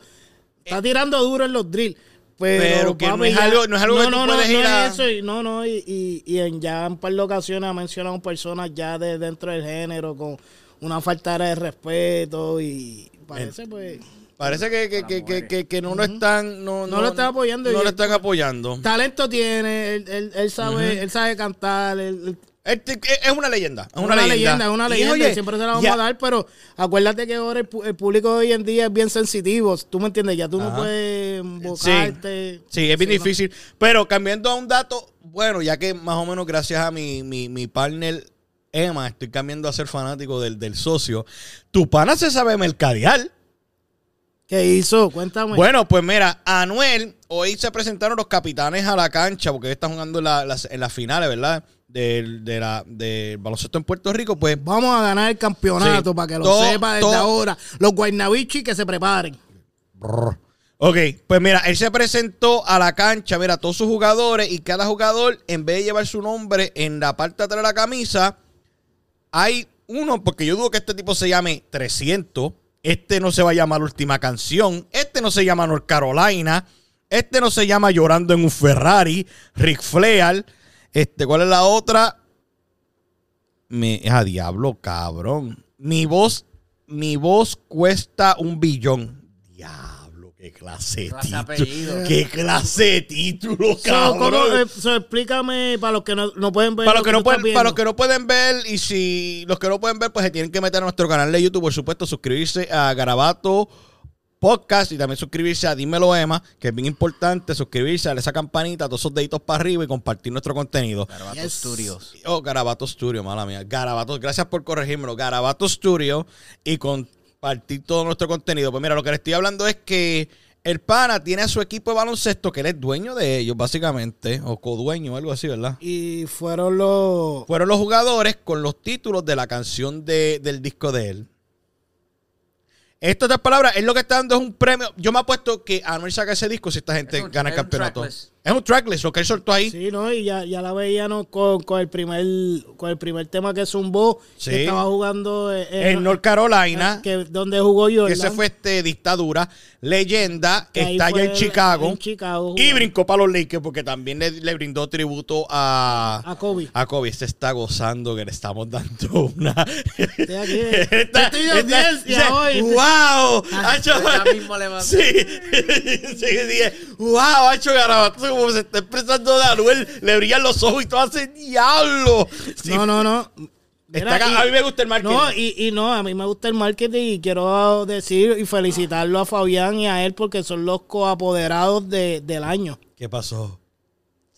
Speaker 1: Está tirando duro en los drills. Pero,
Speaker 2: Pero que no
Speaker 1: papi,
Speaker 2: es
Speaker 1: ya-
Speaker 2: algo- no es algo que tú
Speaker 1: no,
Speaker 2: puedes
Speaker 1: no
Speaker 2: ir
Speaker 1: es
Speaker 2: a-
Speaker 1: eso, y no, no, y, y, y en ya en par de ocasiones ha mencionado personas ya de dentro del género con una falta de respeto y parece pues.
Speaker 2: parece que, que, que- que- que- que no lo están. No,
Speaker 1: No lo están apoyando y-
Speaker 2: No lo están apoyando.
Speaker 1: Talento tiene, él, él- él sabe, él sabe cantar, él- él
Speaker 2: Este- es es una leyenda. Es
Speaker 1: Es
Speaker 2: una,
Speaker 1: una, leyenda, es una
Speaker 2: Y,
Speaker 1: leyenda, y,
Speaker 2: oye,
Speaker 1: siempre se la vamos
Speaker 2: ya-
Speaker 1: a dar, pero acuérdate que ahora el, pu- el público de hoy en día es bien sensitivo, tú me entiendes, ya tú
Speaker 2: Ajá.
Speaker 1: no puedes invocarte.
Speaker 2: Sí, es bien
Speaker 1: Sí, no.
Speaker 2: difícil. Pero cambiando a un dato, bueno, ya que más o menos gracias a mi, mi, mi partner Emma, estoy cambiando a ser fanático del, del socio. Tu pana se sabe mercadear.
Speaker 1: ¿Qué hizo? Cuéntame.
Speaker 2: Bueno, pues mira, Anuel, hoy se presentaron los capitanes a la cancha, porque están jugando en la- las- en las finales, ¿verdad? Del, de la, del baloncesto en Puerto Rico. Pues
Speaker 1: Vamos a ganar el campeonato
Speaker 2: Sí.
Speaker 1: para que lo
Speaker 2: Todo-
Speaker 1: sepa desde
Speaker 2: todo-
Speaker 1: ahora. Los guaynabichis que se preparen.
Speaker 2: Brr. Ok, pues mira, él se presentó a la cancha, mira, todos sus jugadores y cada jugador, en vez de llevar su nombre en la parte de atrás de la camisa, hay uno, porque yo dudo que este tipo se llame 300, este no se va a llamar Última Canción, este no se llama North Carolina, este no se llama Llorando en un Ferrari, Rick Flair, este, ¿cuál es la otra? Me, a diablo, cabrón. Mi voz, mi voz cuesta un billón. Diablo, qué clase de
Speaker 3: Clase
Speaker 2: título.
Speaker 3: apellido.
Speaker 2: Qué clase de título,
Speaker 1: So,
Speaker 2: cabrón.
Speaker 1: ¿cómo, eh, so, explícame para los que no, no pueden ver.
Speaker 2: Para los que, no
Speaker 1: tú estás
Speaker 2: pueden, para los que
Speaker 1: viendo.
Speaker 2: no pueden ver, y si los que no pueden ver, pues se tienen que meter a nuestro canal de YouTube, por supuesto, suscribirse a Garabato podcast y también suscribirse a Dímelo Emma, que es bien importante suscribirse, darle esa campanita, todos esos deditos para arriba y compartir nuestro contenido.
Speaker 3: Garabato
Speaker 1: Yes.
Speaker 3: Studios.
Speaker 2: Oh, Garabato Studio, mala mía. Garabato, gracias por corregírmelo. Garabato Studio y compartir todo nuestro contenido. Pues mira, lo que le estoy hablando es que el pana tiene a su equipo de baloncesto, que él es dueño de ellos, básicamente, o codueño, algo así, ¿verdad?
Speaker 1: Y fueron los.
Speaker 2: Fueron los jugadores con los títulos de la canción de- del disco de él. Estas tres palabras, él lo que está dando es un premio. Yo me apuesto que Anuel saca ese disco si esta gente
Speaker 3: Es un-
Speaker 2: gana el
Speaker 3: es un
Speaker 2: campeonato.
Speaker 3: tracklist.
Speaker 2: es un tracklist, lo que él soltó ahí.
Speaker 1: Sí, ¿no? Y ya, ya la veíamos con, con, el primer, con el primer tema que zumbó.
Speaker 2: Sí.
Speaker 1: Que estaba jugando en, en-
Speaker 2: en North Carolina, que,
Speaker 1: que, donde jugó yo.
Speaker 2: se fue este dictadura, leyenda,
Speaker 1: Que ahí
Speaker 2: está allá
Speaker 1: fue
Speaker 2: en Chicago.
Speaker 1: en Chicago
Speaker 2: y
Speaker 1: jugando.
Speaker 2: brincó para los Lakers porque también le, le brindó tributo a,
Speaker 1: A Kobe.
Speaker 2: A Kobe se este está gozando que le estamos dando una.
Speaker 1: Estoy aquí.
Speaker 2: (laughs)
Speaker 1: Estoy de audiencia hoy. Ah,
Speaker 2: ¡Wow! Hacho-
Speaker 3: (laughs) Ya mismo le va-
Speaker 2: sí. (laughs) sí, dije, ¡Wow! Hacho Garabato, como se está expresando de Anuel, le brillan los ojos y todo hace diablo. Sí,
Speaker 1: No, no, no.
Speaker 2: está
Speaker 1: Mira,
Speaker 2: acá.
Speaker 1: y-
Speaker 2: a mí me gusta el marketing.
Speaker 1: No, y, y no, a mí me gusta el marketing y quiero decir y felicitarlo a Fabián y a él porque son los coapoderados de, del año.
Speaker 2: ¿Qué pasó?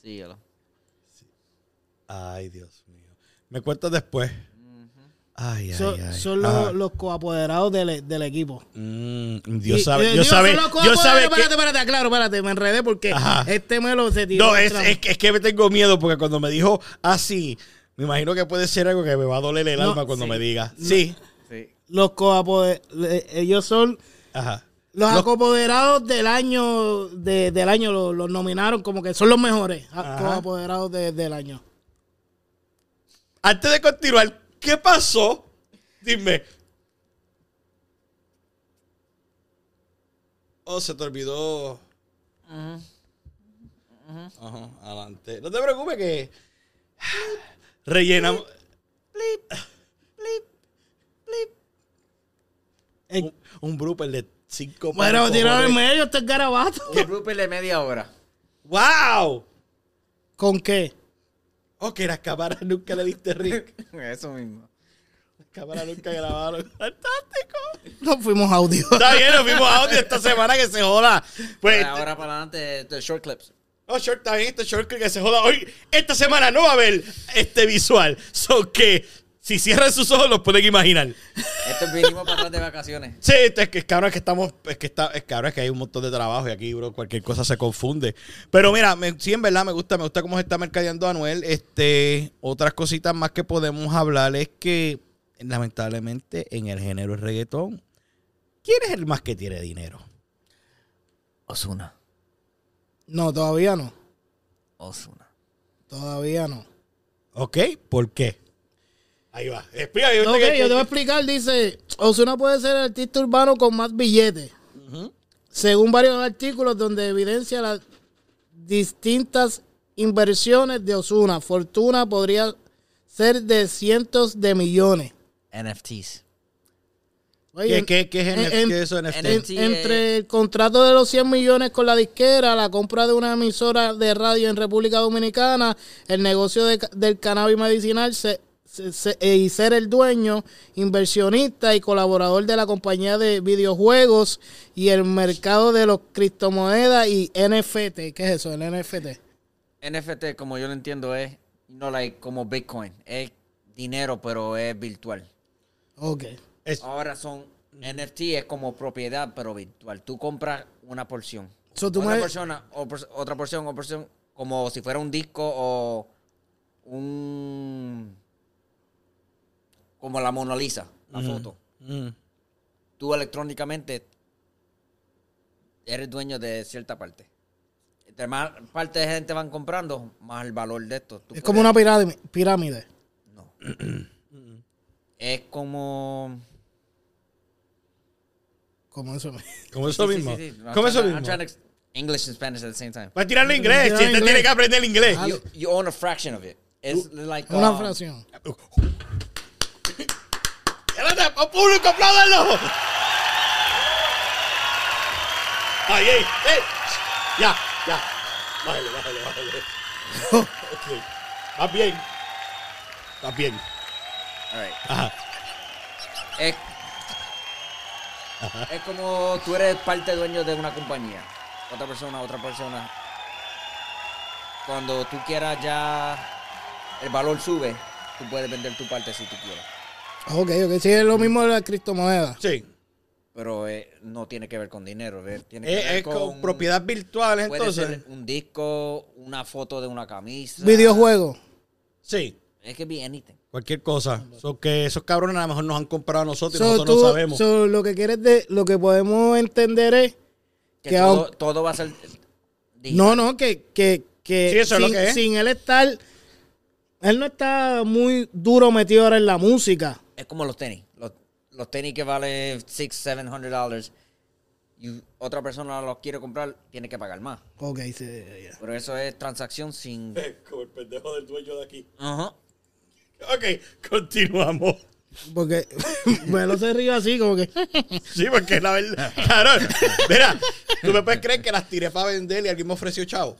Speaker 3: Síguelo.
Speaker 2: Ay, Dios mío. Me cuentas después. Ay, ay,
Speaker 1: Son,
Speaker 2: ay.
Speaker 1: son los,
Speaker 2: Ajá.
Speaker 1: los coapoderados del, del equipo.
Speaker 2: Mm, Dios
Speaker 1: Y-
Speaker 2: sabe,
Speaker 1: eh,
Speaker 2: Dios
Speaker 1: digo,
Speaker 2: sabe,
Speaker 1: son los
Speaker 2: Dios
Speaker 1: coapoderados,
Speaker 2: sabe que...
Speaker 1: Espérate, espérate, claro, espérate, me enredé porque
Speaker 2: Ajá.
Speaker 1: este melo se tiró.
Speaker 2: No, es,
Speaker 1: otra vez.
Speaker 2: es, que- es que me tengo miedo porque cuando me dijo así, me imagino que puede ser algo que me va a doler el
Speaker 1: No,
Speaker 2: alma cuando
Speaker 3: sí.
Speaker 2: me diga. Sí.
Speaker 3: Sí.
Speaker 1: Los coapoderados, ellos son
Speaker 2: Ajá.
Speaker 1: los,
Speaker 2: Los-
Speaker 1: coapoderados del año, de- del año los, los nominaron como que son los mejores
Speaker 2: Ajá.
Speaker 1: a- coapoderados de- del año.
Speaker 2: Antes de continuar, ¿qué pasó? Dime. Oh, se te olvidó. Ajá, adelante. No te preocupes que rellenamos.
Speaker 1: Eh,
Speaker 2: Un, un blooper de cinco
Speaker 1: bueno,
Speaker 2: palos,
Speaker 1: tirado en
Speaker 2: cojones.
Speaker 1: medio, este es garabato.
Speaker 3: Un blooper de media hora.
Speaker 2: ¡Wow!
Speaker 1: ¿Con qué?
Speaker 2: Oh, que las cámaras nunca le diste Rick.
Speaker 3: (laughs) Eso mismo.
Speaker 2: Las cámaras nunca grabaron. ¡Fantástico!
Speaker 1: Nos fuimos audio.
Speaker 2: Está bien, nos vimos a audio esta semana que se joda. Pues,
Speaker 3: Ahora para adelante, de short clips.
Speaker 2: oh, short, está bien, este short que se joda. Hoy, esta semana no va a haber este visual. So que si cierran sus ojos los pueden imaginar.
Speaker 3: Esto es vinimos para atrás de vacaciones.
Speaker 2: Sí, este, es que es cabrón es que estamos, es que está, es cabrón es que hay un montón de trabajo y aquí, bro, cualquier cosa se confunde. Pero mira, me- sí, en verdad me gusta, me gusta cómo se está mercadeando Anuel. Este, otras cositas más que podemos hablar es que, lamentablemente, en el género del reggaetón, ¿quién es el más que tiene dinero?
Speaker 3: Osuna.
Speaker 1: (laughs) No, todavía no.
Speaker 3: Osuna.
Speaker 1: Todavía no.
Speaker 2: ¿Ok? ¿Por qué? Ahí va. Explícame.
Speaker 1: Ok,
Speaker 2: usted que-
Speaker 1: yo te voy a explicar. Dice, Osuna puede ser el artista urbano con más billetes. Según varios artículos donde evidencia las distintas inversiones de Osuna, fortuna podría ser de cientos de millones.
Speaker 3: NFTs.
Speaker 1: Oye,
Speaker 2: ¿Qué, qué- qué es
Speaker 1: en-
Speaker 2: NFT?
Speaker 1: en-
Speaker 2: ¿Qué es eso este- NFT?
Speaker 3: en-
Speaker 1: en-
Speaker 3: Sí, eh.
Speaker 1: entre el contrato de los 100 millones con la disquera, la compra de una emisora de radio en República Dominicana, el negocio de ca- del cannabis medicinal se- se- se- eh, y ser el dueño, inversionista y colaborador de la compañía de videojuegos y el mercado de los criptomonedas y NFT. ¿Qué es eso, el NFT?
Speaker 3: NFT, como yo lo entiendo, es no like como Bitcoin. Es dinero, pero es virtual.
Speaker 1: Ok.
Speaker 2: Es-
Speaker 3: Ahora son NFT, es como propiedad, pero virtual. Tú compras una porción.
Speaker 1: So, tú
Speaker 3: otra,
Speaker 1: me-
Speaker 3: persona, o por- otra porción, otra porción, como si fuera un disco o un... Como la Mona Lisa, la foto.
Speaker 2: Mm.
Speaker 3: Tú electrónicamente eres dueño de cierta parte. Entre más parte de gente van comprando, más el valor de esto. Tú
Speaker 1: Es como
Speaker 3: puedes-
Speaker 1: una pirámide. pirámide.
Speaker 3: no. es como.
Speaker 1: Como eso. (laughs)
Speaker 2: Como eso
Speaker 3: Sí, sí,
Speaker 2: mismo.
Speaker 3: sí, sí. I'm
Speaker 2: Como eso
Speaker 3: trying- I'm
Speaker 2: mismo.
Speaker 3: trying to ex- English and Spanish at the same time.
Speaker 2: Va a tirarlo en inglés.
Speaker 1: Tira
Speaker 2: Si usted
Speaker 1: inglés.
Speaker 2: tiene que aprender el inglés.
Speaker 3: You, you own a fraction of it. It's like.
Speaker 1: Una
Speaker 3: um,
Speaker 1: fracción.
Speaker 2: ¡Espérate, pa' ¡oh, público, apláudalo! ¡Ay, ay, ay! eh. Ya, ya. Bájale, bájale, bájale. Ok. Vas bien. Vas bien.
Speaker 3: all right.
Speaker 2: Ajá.
Speaker 3: Es, Es como tú eres parte dueño de una compañía. Otra persona, otra persona. Cuando tú quieras ya el valor sube, tú puedes vender tu parte si tú quieres.
Speaker 1: Ok, ok, sí, es lo mismo de las criptomonedas.
Speaker 2: Sí.
Speaker 3: Pero eh, no tiene que ver con dinero, eh, tiene que
Speaker 2: Es,
Speaker 3: ver
Speaker 2: es con propiedades virtuales,
Speaker 3: Puede
Speaker 2: entonces.
Speaker 3: ser un disco, una foto de una camisa.
Speaker 1: Videojuegos.
Speaker 2: Sí.
Speaker 3: Es que be anything.
Speaker 2: Cualquier cosa. So que esos cabrones a lo mejor nos han comprado a nosotros y
Speaker 1: So,
Speaker 2: nosotros
Speaker 1: tú-
Speaker 2: no sabemos.
Speaker 1: so, lo que quieres de, lo que podemos entender es
Speaker 3: Que
Speaker 1: Que
Speaker 3: todo,
Speaker 1: aunque-
Speaker 3: todo va a ser. digital.
Speaker 1: No, no, que, que, que
Speaker 2: Sí, eso es
Speaker 1: sin,
Speaker 2: lo que es.
Speaker 1: sin él estar, él no está muy duro metido ahora en la música.
Speaker 3: Es como los tenis. Los, los tenis que vale six, seven hundred dollars. Y otra persona los quiere comprar, tiene que pagar más.
Speaker 1: Ok, sí, ya.
Speaker 3: Pero eso es transacción sin.
Speaker 2: (laughs) Como el pendejo del dueño de aquí.
Speaker 3: Ajá.
Speaker 2: Ok, continuamos.
Speaker 1: Porque (laughs) Melo se ríe así, como que.
Speaker 2: Sí, porque la (laughs) verdad. Cabrón, mira, tú me puedes creer que las tiré para vender y alguien me ofreció chavo.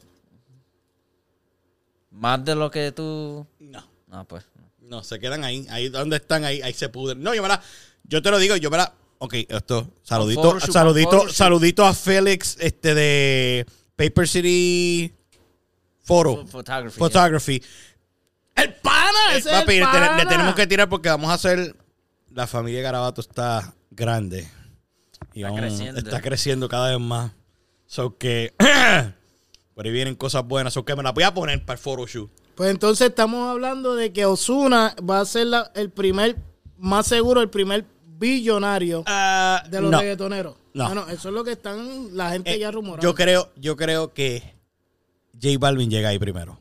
Speaker 3: Más de lo que tú.
Speaker 2: No.
Speaker 3: No, pues.
Speaker 2: No, se quedan ahí. Ahí donde están, ahí, ahí se pudren. No, yo me la. Yo te lo digo, yo me la. Ok, esto. Saludito,
Speaker 3: Photoshop,
Speaker 2: saludito,
Speaker 3: Photoshop.
Speaker 2: saludito a Félix, este de Paper City Foro.
Speaker 3: Photography.
Speaker 2: Photography. Eh,
Speaker 1: ¡El pana! ¡Ese
Speaker 2: Papi,
Speaker 1: es
Speaker 2: le,
Speaker 1: el
Speaker 2: ten-
Speaker 1: pana!
Speaker 2: le tenemos que tirar porque vamos a hacer. La familia Garabato está grande. Y
Speaker 3: Está
Speaker 2: vamos-
Speaker 3: creciendo.
Speaker 2: Está creciendo cada vez más. So que. (clears throat) por ahí vienen cosas buenas. So que me la voy a poner para el photoshoot.
Speaker 1: Pues entonces estamos hablando de que Osuna va a ser la- el primer, más seguro, el primer billonario
Speaker 2: Ah,
Speaker 1: de los
Speaker 2: no.
Speaker 1: reggaetoneros.
Speaker 2: No.
Speaker 1: Bueno, eso es lo que están la gente
Speaker 2: Eh,
Speaker 1: ya rumorando.
Speaker 2: yo creo, yo creo que J Balvin llega ahí primero.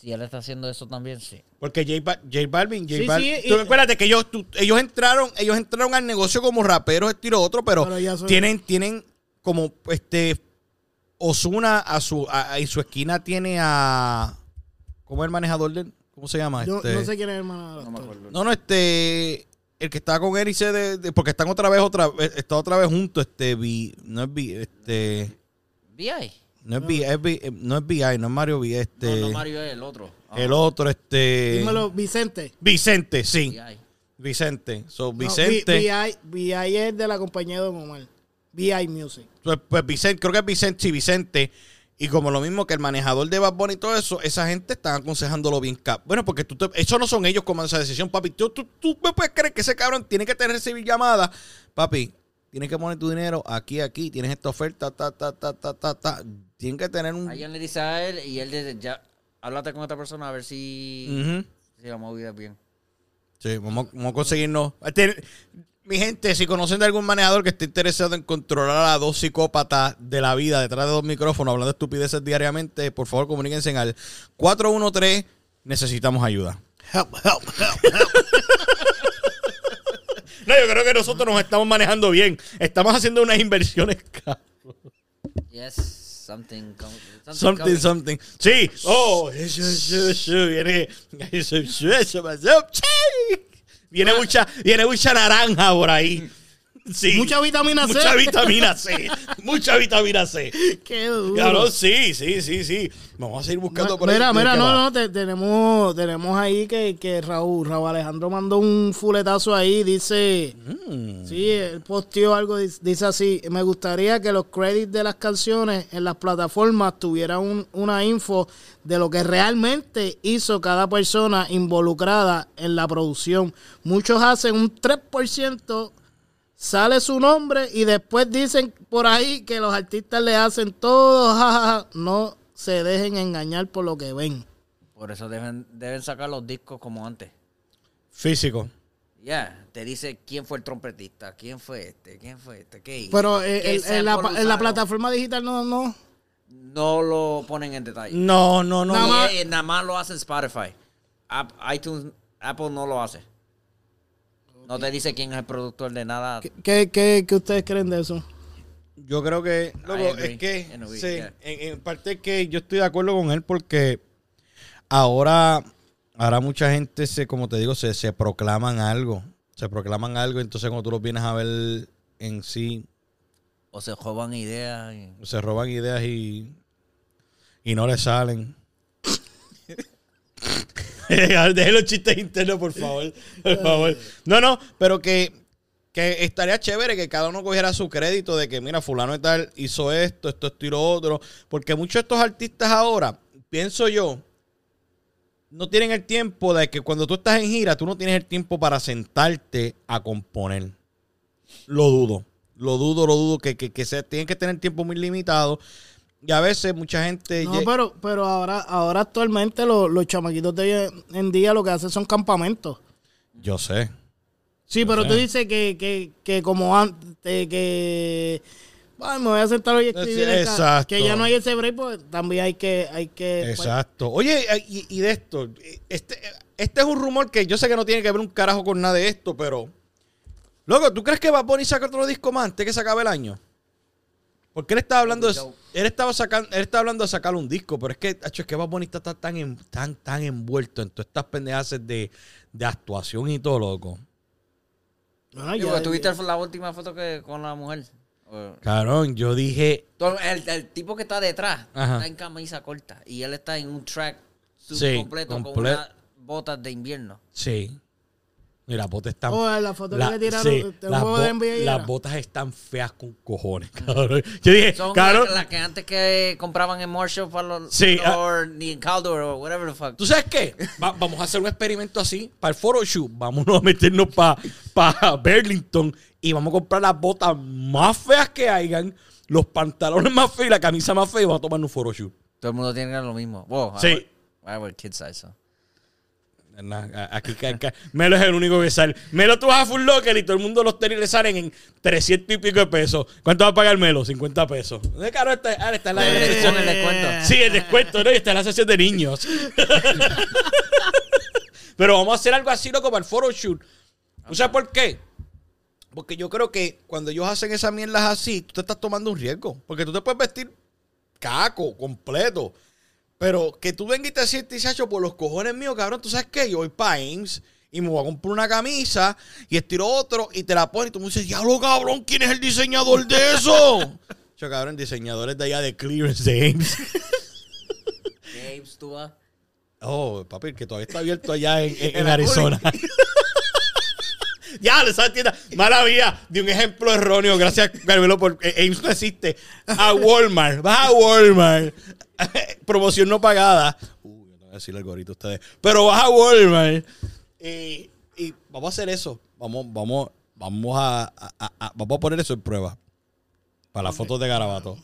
Speaker 3: Si él está haciendo eso también, sí.
Speaker 2: Porque J, Ba- J Balvin, J
Speaker 1: Sí,
Speaker 2: Balvin.
Speaker 1: sí,
Speaker 2: tú
Speaker 1: y-
Speaker 2: acuérdate que ellos, tú- ellos entraron, ellos entraron al negocio como raperos, estilo otro, pero,
Speaker 1: Pero ya son-
Speaker 2: tienen, tienen como este Osuna a su a- a- en su esquina tiene a ¿cómo es el manejador del? ¿Cómo se llama?
Speaker 1: Yo
Speaker 2: Este-
Speaker 1: no sé quién es el hermano.
Speaker 3: No me acuerdo.
Speaker 2: No, no, este. El que está con él y se de, de- porque están otra vez, otra vez, está otra vez junto, este Vi- no es Vi- este.
Speaker 3: VI.
Speaker 2: No es B, es B- eh, no es BI, no es Mario B, este.
Speaker 3: No, no, Mario es el otro. Ah, Ajá.
Speaker 2: El otro, este.
Speaker 1: Dímelo, Vicente.
Speaker 2: Vicente, sí.
Speaker 3: VI.
Speaker 2: Vicente. So,
Speaker 1: No,
Speaker 2: Vicente.
Speaker 1: Vi- VI VI es de la compañía de Don Omar. VI Music.
Speaker 2: pues, pues, Vicente, creo que es Vicente, sí, Vicente. Y como lo mismo que el manejador de Bad Bunny y todo eso, esa gente está aconsejándolo bien cap. Bueno, porque tú te- eso no son ellos como esa decisión, papi. Tú, tú, tú me puedes creer que ese cabrón tiene que tener recibir llamadas. Papi, tienes que poner tu dinero aquí, aquí, tienes esta oferta, ta, ta, ta, ta, ta, ta. Tienes que tener un.
Speaker 3: Alguien le dice a él y él dice, ya, háblate con otra persona a ver si,
Speaker 2: Ujú.
Speaker 3: si la movida es bien.
Speaker 2: Sí, vamos, vamos a conseguirnos. Este, mi gente, si conocen de algún manejador que esté interesado en controlar a dos psicópatas de la vida detrás de dos micrófonos hablando estupideces diariamente, por favor comuníquense al 413. Necesitamos ayuda. Help, help, help, (laughs) No, yo creo que nosotros nos estamos manejando bien. Estamos haciendo unas inversiones. ca-
Speaker 3: Yes, something. com- Something,
Speaker 2: Something,
Speaker 3: coming.
Speaker 2: something. Sí. Oh, eso, eso, eso. Viene. Eso, eso, eso, eso. Sí. Viene mucha, viene mucha naranja por ahí. Sí.
Speaker 1: Mucha vitamina C.
Speaker 2: Mucha vitamina C. Mucha vitamina C.
Speaker 1: (laughs) Qué duro.
Speaker 2: Claro, sí, sí, sí, sí. Vamos a seguir buscando por ahí.
Speaker 1: mira, mira,
Speaker 2: ¿Qué
Speaker 1: no,
Speaker 2: va?
Speaker 1: no, te- tenemos, tenemos ahí que, que Raúl, Raúl Alejandro mandó un fuletazo ahí, dice,
Speaker 2: Mm.
Speaker 1: sí, él posteó algo, dice, dice así, me gustaría que los credits de las canciones en las plataformas tuvieran un- una info de lo que realmente hizo cada persona involucrada en la producción. Muchos hacen un 3%. Sale su nombre y después dicen por ahí que los artistas le hacen todo, (laughs) jajaja. No se dejen engañar por lo que ven.
Speaker 3: Por eso deben, deben sacar los discos como antes.
Speaker 2: Físico.
Speaker 3: Ya, te dice quién fue el trompetista, quién fue este, quién fue este, qué hizo,
Speaker 1: Pero
Speaker 3: qué
Speaker 1: eh, el- en, la,
Speaker 3: sample
Speaker 1: en la
Speaker 3: usaron.
Speaker 1: plataforma digital no, no.
Speaker 3: No lo ponen en detalle.
Speaker 2: No, no, no.
Speaker 3: Nada,
Speaker 2: no.
Speaker 1: Nada
Speaker 3: más,
Speaker 1: más-
Speaker 3: nada más lo hace Spotify. App- iTunes, Apple no lo hace. No te dice quién es el productor de nada.
Speaker 1: ¿Qué- ¿Qué, qué, qué ustedes creen de eso?
Speaker 2: Yo creo que, loco,
Speaker 3: agree.
Speaker 2: es que,
Speaker 3: I agree,
Speaker 2: sí,
Speaker 3: yeah.
Speaker 2: en, en parte es que yo estoy de acuerdo con él porque ahora, ahora mucha gente, se, como te digo, se, se proclaman algo, se proclaman algo, entonces cuando tú los vienes a ver en sí,
Speaker 3: O se roban ideas. y-
Speaker 2: se roban ideas y, y no le salen. (laughs) Dejen los chistes internos, por favor. Por favor. No, no, pero que Que estaría chévere que cada uno cogiera su crédito de que, mira, fulano y tal hizo esto, esto, esto y lo otro. Porque muchos de estos artistas ahora, pienso yo, no tienen el tiempo de que cuando tú estás en gira, tú no tienes el tiempo para sentarte a componer. Lo dudo. Lo dudo, lo dudo, que, que, que se, tienen que tener tiempo muy limitado. Y a veces mucha gente...
Speaker 1: No,
Speaker 2: lle-
Speaker 1: pero, pero ahora, ahora actualmente lo- los chamaquitos de hoy en día lo que hacen son campamentos.
Speaker 2: Yo sé.
Speaker 1: Sí, pero
Speaker 2: sé.
Speaker 1: tú dices que, que, que como antes, que ay, me voy a sentar hoy y escribir. acá.
Speaker 2: Exacto.
Speaker 1: Que ya no hay ese break, pues también hay que, hay que pues,
Speaker 2: Exacto. Oye, eh, y, y de esto, este, este es un rumor que yo sé que no tiene que ver un carajo con nada de esto, pero. Loco, ¿tú crees que Bad Bunny saca otro disco más antes que se acabe el año? Porque él estaba hablando de, él estaba sacando, él estaba hablando de sacar un disco, pero es que, acho, es que Bad Bunny está, está tan, en- tan, tan envuelto en todas estas pendejaces de, de actuación y todo, loco. Ah,
Speaker 1: bueno,
Speaker 3: Digo,
Speaker 1: ya-
Speaker 3: ¿Tuviste la última foto que con la mujer? O-
Speaker 2: Carón, yo dije,
Speaker 3: Todo- El, el tipo que está detrás
Speaker 2: Ajá.
Speaker 3: está en camisa corta y él está en un track suit
Speaker 2: Sí,
Speaker 3: completo con
Speaker 2: comple-
Speaker 3: unas botas de invierno.
Speaker 2: sí. Mira, bote está
Speaker 1: Oh, la foto
Speaker 2: La-
Speaker 1: que le tiraron
Speaker 2: sí,
Speaker 1: de un
Speaker 2: las
Speaker 1: juego
Speaker 2: bo-
Speaker 1: de NBA y
Speaker 2: las
Speaker 1: era.
Speaker 2: botas están feas con cojones, (laughs) cabrón. Yo dije,
Speaker 3: Son
Speaker 2: cabrón,
Speaker 3: las que antes que compraban en Marshall para los
Speaker 2: Sí, ah.
Speaker 3: or, ni en Caldor o whatever the fuck.
Speaker 2: ¿tú sabes qué? Va- vamos a hacer un experimento así para el photoshoot. Vámonos a meternos para pa Burlington y vamos a comprar las botas más feas que hayan, los pantalones más feos y la camisa más fea y vamos a tomar un photoshoot.
Speaker 3: Todo el mundo tiene que hacer lo mismo. Wow, I
Speaker 2: Sí.
Speaker 3: wear- I wear kid size, so.
Speaker 2: Nah, a- Aquí, ca- ca- Melo es el único que sale. Melo tú vas a Full Locker y todo el mundo los tenis le salen en 300 y pico de pesos. ¿Cuánto va a pagar Melo? 50 pesos. ¿De caro está? Ah, está en la
Speaker 3: La descripción, el
Speaker 2: descripción.
Speaker 3: descuento.
Speaker 2: Sí, el descuento, ¿no? Y está en la sesión de niños. (laughs) Pero vamos a hacer algo así, loco, para el photoshoot. ¿Tú sabes por qué? Porque yo creo que cuando ellos hacen esas mierdas así, tú te estás tomando un riesgo. Porque tú te puedes vestir caco, completo. Pero que tú vengas y te sientes, chacho, por los cojones míos, cabrón, tú sabes qué, yo voy para Ames y me voy a comprar una camisa y estiro otro y te la pones y tú me dices, diablo, cabrón, ¿quién es el diseñador de eso? Yo, cabrón, diseñadores de allá de Clearance de Ames.
Speaker 3: Games, tú vas.
Speaker 2: Oh, papi, el que todavía está abierto allá en, en- en Arizona. (laughs) ya, esa tienda. Mala vida de un ejemplo erróneo. Gracias, Carmelo, porque Ames no existe. A Walmart. Vas a Walmart. (laughs) Promoción no pagada. Uy, no voy a decirle el gorrito a ustedes. Pero vas a Walmart. Y, y vamos a hacer eso. Vamos, vamos, vamos a, a- a- a- vamos a poner eso en prueba. Para las fotos de garabato.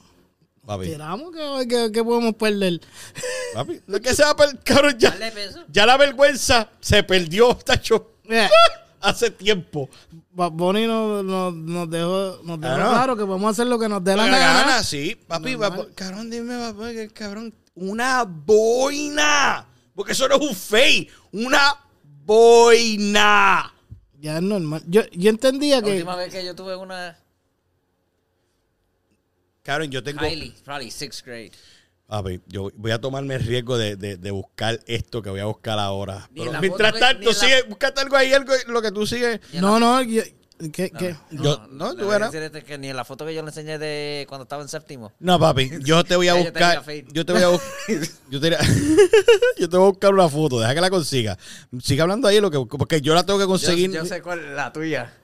Speaker 2: Papi.
Speaker 1: Tiramos que, que- que podemos perder.
Speaker 2: Papi. No es que se va a perder, cabrón, ya.
Speaker 3: Dale peso.
Speaker 2: Ya la vergüenza se perdió, (laughs) tacho,
Speaker 1: Eh,
Speaker 2: ¡Ah! hace tiempo.
Speaker 1: Bad Bunny nos, nos, nos dejó, nos dejó
Speaker 2: Claro.
Speaker 1: claro que podemos hacer lo que nos dé la
Speaker 2: La
Speaker 1: gana.
Speaker 2: gana, sí. Papi,
Speaker 1: Normal.
Speaker 2: papo- cabrón, dime, papá, que el cabrón, una boina. Porque eso no es un fake, una boina.
Speaker 1: Ya es normal. Yo, yo entendía
Speaker 3: La
Speaker 1: que.
Speaker 3: última vez que yo tuve una
Speaker 2: Cabrón, yo tengo...
Speaker 3: Kylie, probably sixth grade.
Speaker 2: Papi, yo voy a tomarme el riesgo de, de- de buscar esto que voy a buscar ahora.
Speaker 3: Ni
Speaker 2: Pero
Speaker 3: la
Speaker 2: mientras
Speaker 3: foto que-
Speaker 2: tanto,
Speaker 3: ni la-
Speaker 2: sigue, búscate algo ahí, algo lo que tú sigues.
Speaker 1: No, no, yo- que, que-
Speaker 2: Yo- no,
Speaker 3: le
Speaker 2: tú
Speaker 3: voy a
Speaker 2: verás.
Speaker 3: decir este que ni en la foto que yo le enseñé de cuando estaba en séptimo.
Speaker 2: No, papi, yo te voy a
Speaker 3: (laughs) Ya yo
Speaker 2: buscar.
Speaker 3: tenía Facebook.
Speaker 2: Yo te voy a buscar. (laughs) Yo te, yo te voy a buscar una foto, deja que la consiga. Sigue hablando ahí lo que busco, porque yo la tengo que
Speaker 3: Yo,
Speaker 2: conseguir.
Speaker 3: yo sé cuál es la tuya.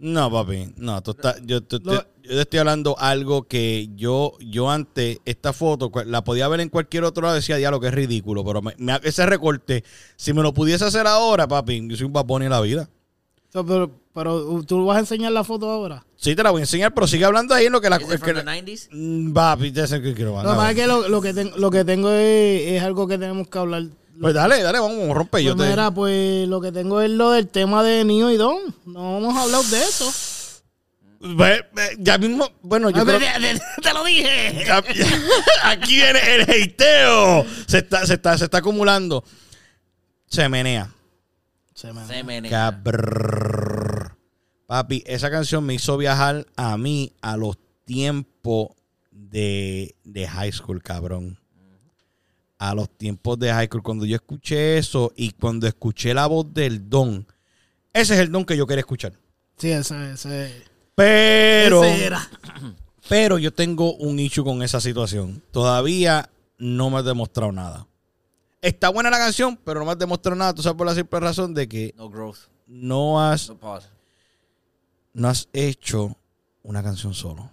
Speaker 2: No, papi, no, tú estás- yo, tú- tú-
Speaker 1: Lo-
Speaker 2: yo te estoy hablando algo que yo, yo antes, esta foto, cual- la podía ver en cualquier otro lado, decía, ya lo que es ridículo, pero me- me- ese recorte, si me lo pudiese hacer ahora, papi, yo soy un babón en la vida.
Speaker 1: so, pero, pero uh, tú vas a enseñar la foto ahora.
Speaker 2: Sí, te la voy a enseñar, pero sigue hablando ahí en lo que la...
Speaker 3: Is it
Speaker 2: que
Speaker 3: from the
Speaker 2: la-
Speaker 3: 90s?
Speaker 2: Mm, Papi, te sé que quiero
Speaker 1: Lo que pasa es que lo, lo que, ten- lo que tengo es, es algo que tenemos que hablar.
Speaker 2: Pues dale, dale, vamos, rompe yo.
Speaker 1: Pues
Speaker 2: te...
Speaker 1: mira, pues lo que tengo es lo del tema de Nio y Don. No vamos a hablar de eso.
Speaker 2: Ve- ve- Ya mismo, bueno, yo creo-
Speaker 1: Te lo dije.
Speaker 2: ya- ya- aquí viene el heiteo. Se está, se está, se está acumulando. Se menea.
Speaker 1: Se me-
Speaker 3: Se menea.
Speaker 2: Cabrr. Papi, esa canción me hizo viajar a mí a los tiempos de, de high school, cabrón. A los tiempos de high school. Cuando yo escuché eso y cuando escuché la voz del don, ese es el don que yo quería escuchar.
Speaker 1: Sí, ese, ese,
Speaker 2: Pero.
Speaker 1: ese era.
Speaker 2: Pero yo tengo un issue con esa situación. Todavía no me has demostrado nada. Está buena la canción, pero no me has demostrado nada. Tú sabes por la simple razón de que
Speaker 3: No growth.
Speaker 2: no has
Speaker 3: No pause.
Speaker 2: no has hecho una canción solo.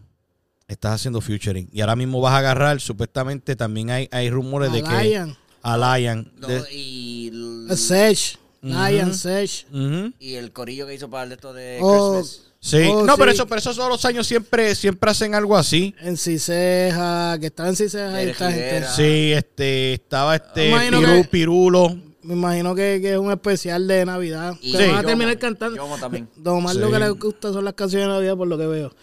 Speaker 2: Estás haciendo featuring. Y ahora mismo vas a agarrar, supuestamente también hay, hay rumores de que...
Speaker 1: Lion,
Speaker 2: A Lion.
Speaker 3: No,
Speaker 2: de-
Speaker 3: y,
Speaker 1: eh,
Speaker 3: el,
Speaker 1: Sech,
Speaker 2: Ujú.
Speaker 1: Lion, Sech.
Speaker 2: Ujú.
Speaker 3: y el corillo que hizo para el de esto de
Speaker 1: Oh.
Speaker 3: Christmas.
Speaker 2: Sí.
Speaker 1: Oh,
Speaker 2: no, pero
Speaker 1: sí.
Speaker 2: eso, pero esos todos los años siempre, siempre hacen algo así.
Speaker 1: En Ciseja, que estaba en Ciseja y
Speaker 3: Derek
Speaker 1: esta gente.
Speaker 3: Rivera.
Speaker 2: Sí, este, estaba este
Speaker 1: Imagino
Speaker 2: Pirú-
Speaker 1: que-
Speaker 2: Pirulo.
Speaker 1: Me imagino que, que es un especial de Navidad.
Speaker 3: Y
Speaker 1: Que
Speaker 2: Sí.
Speaker 1: van a
Speaker 3: Yomo,
Speaker 1: terminar cantando.
Speaker 3: Yomo
Speaker 1: (laughs)
Speaker 3: también.
Speaker 1: Don Omar lo
Speaker 2: Sí.
Speaker 1: que le gusta son las canciones de Navidad, por lo que veo.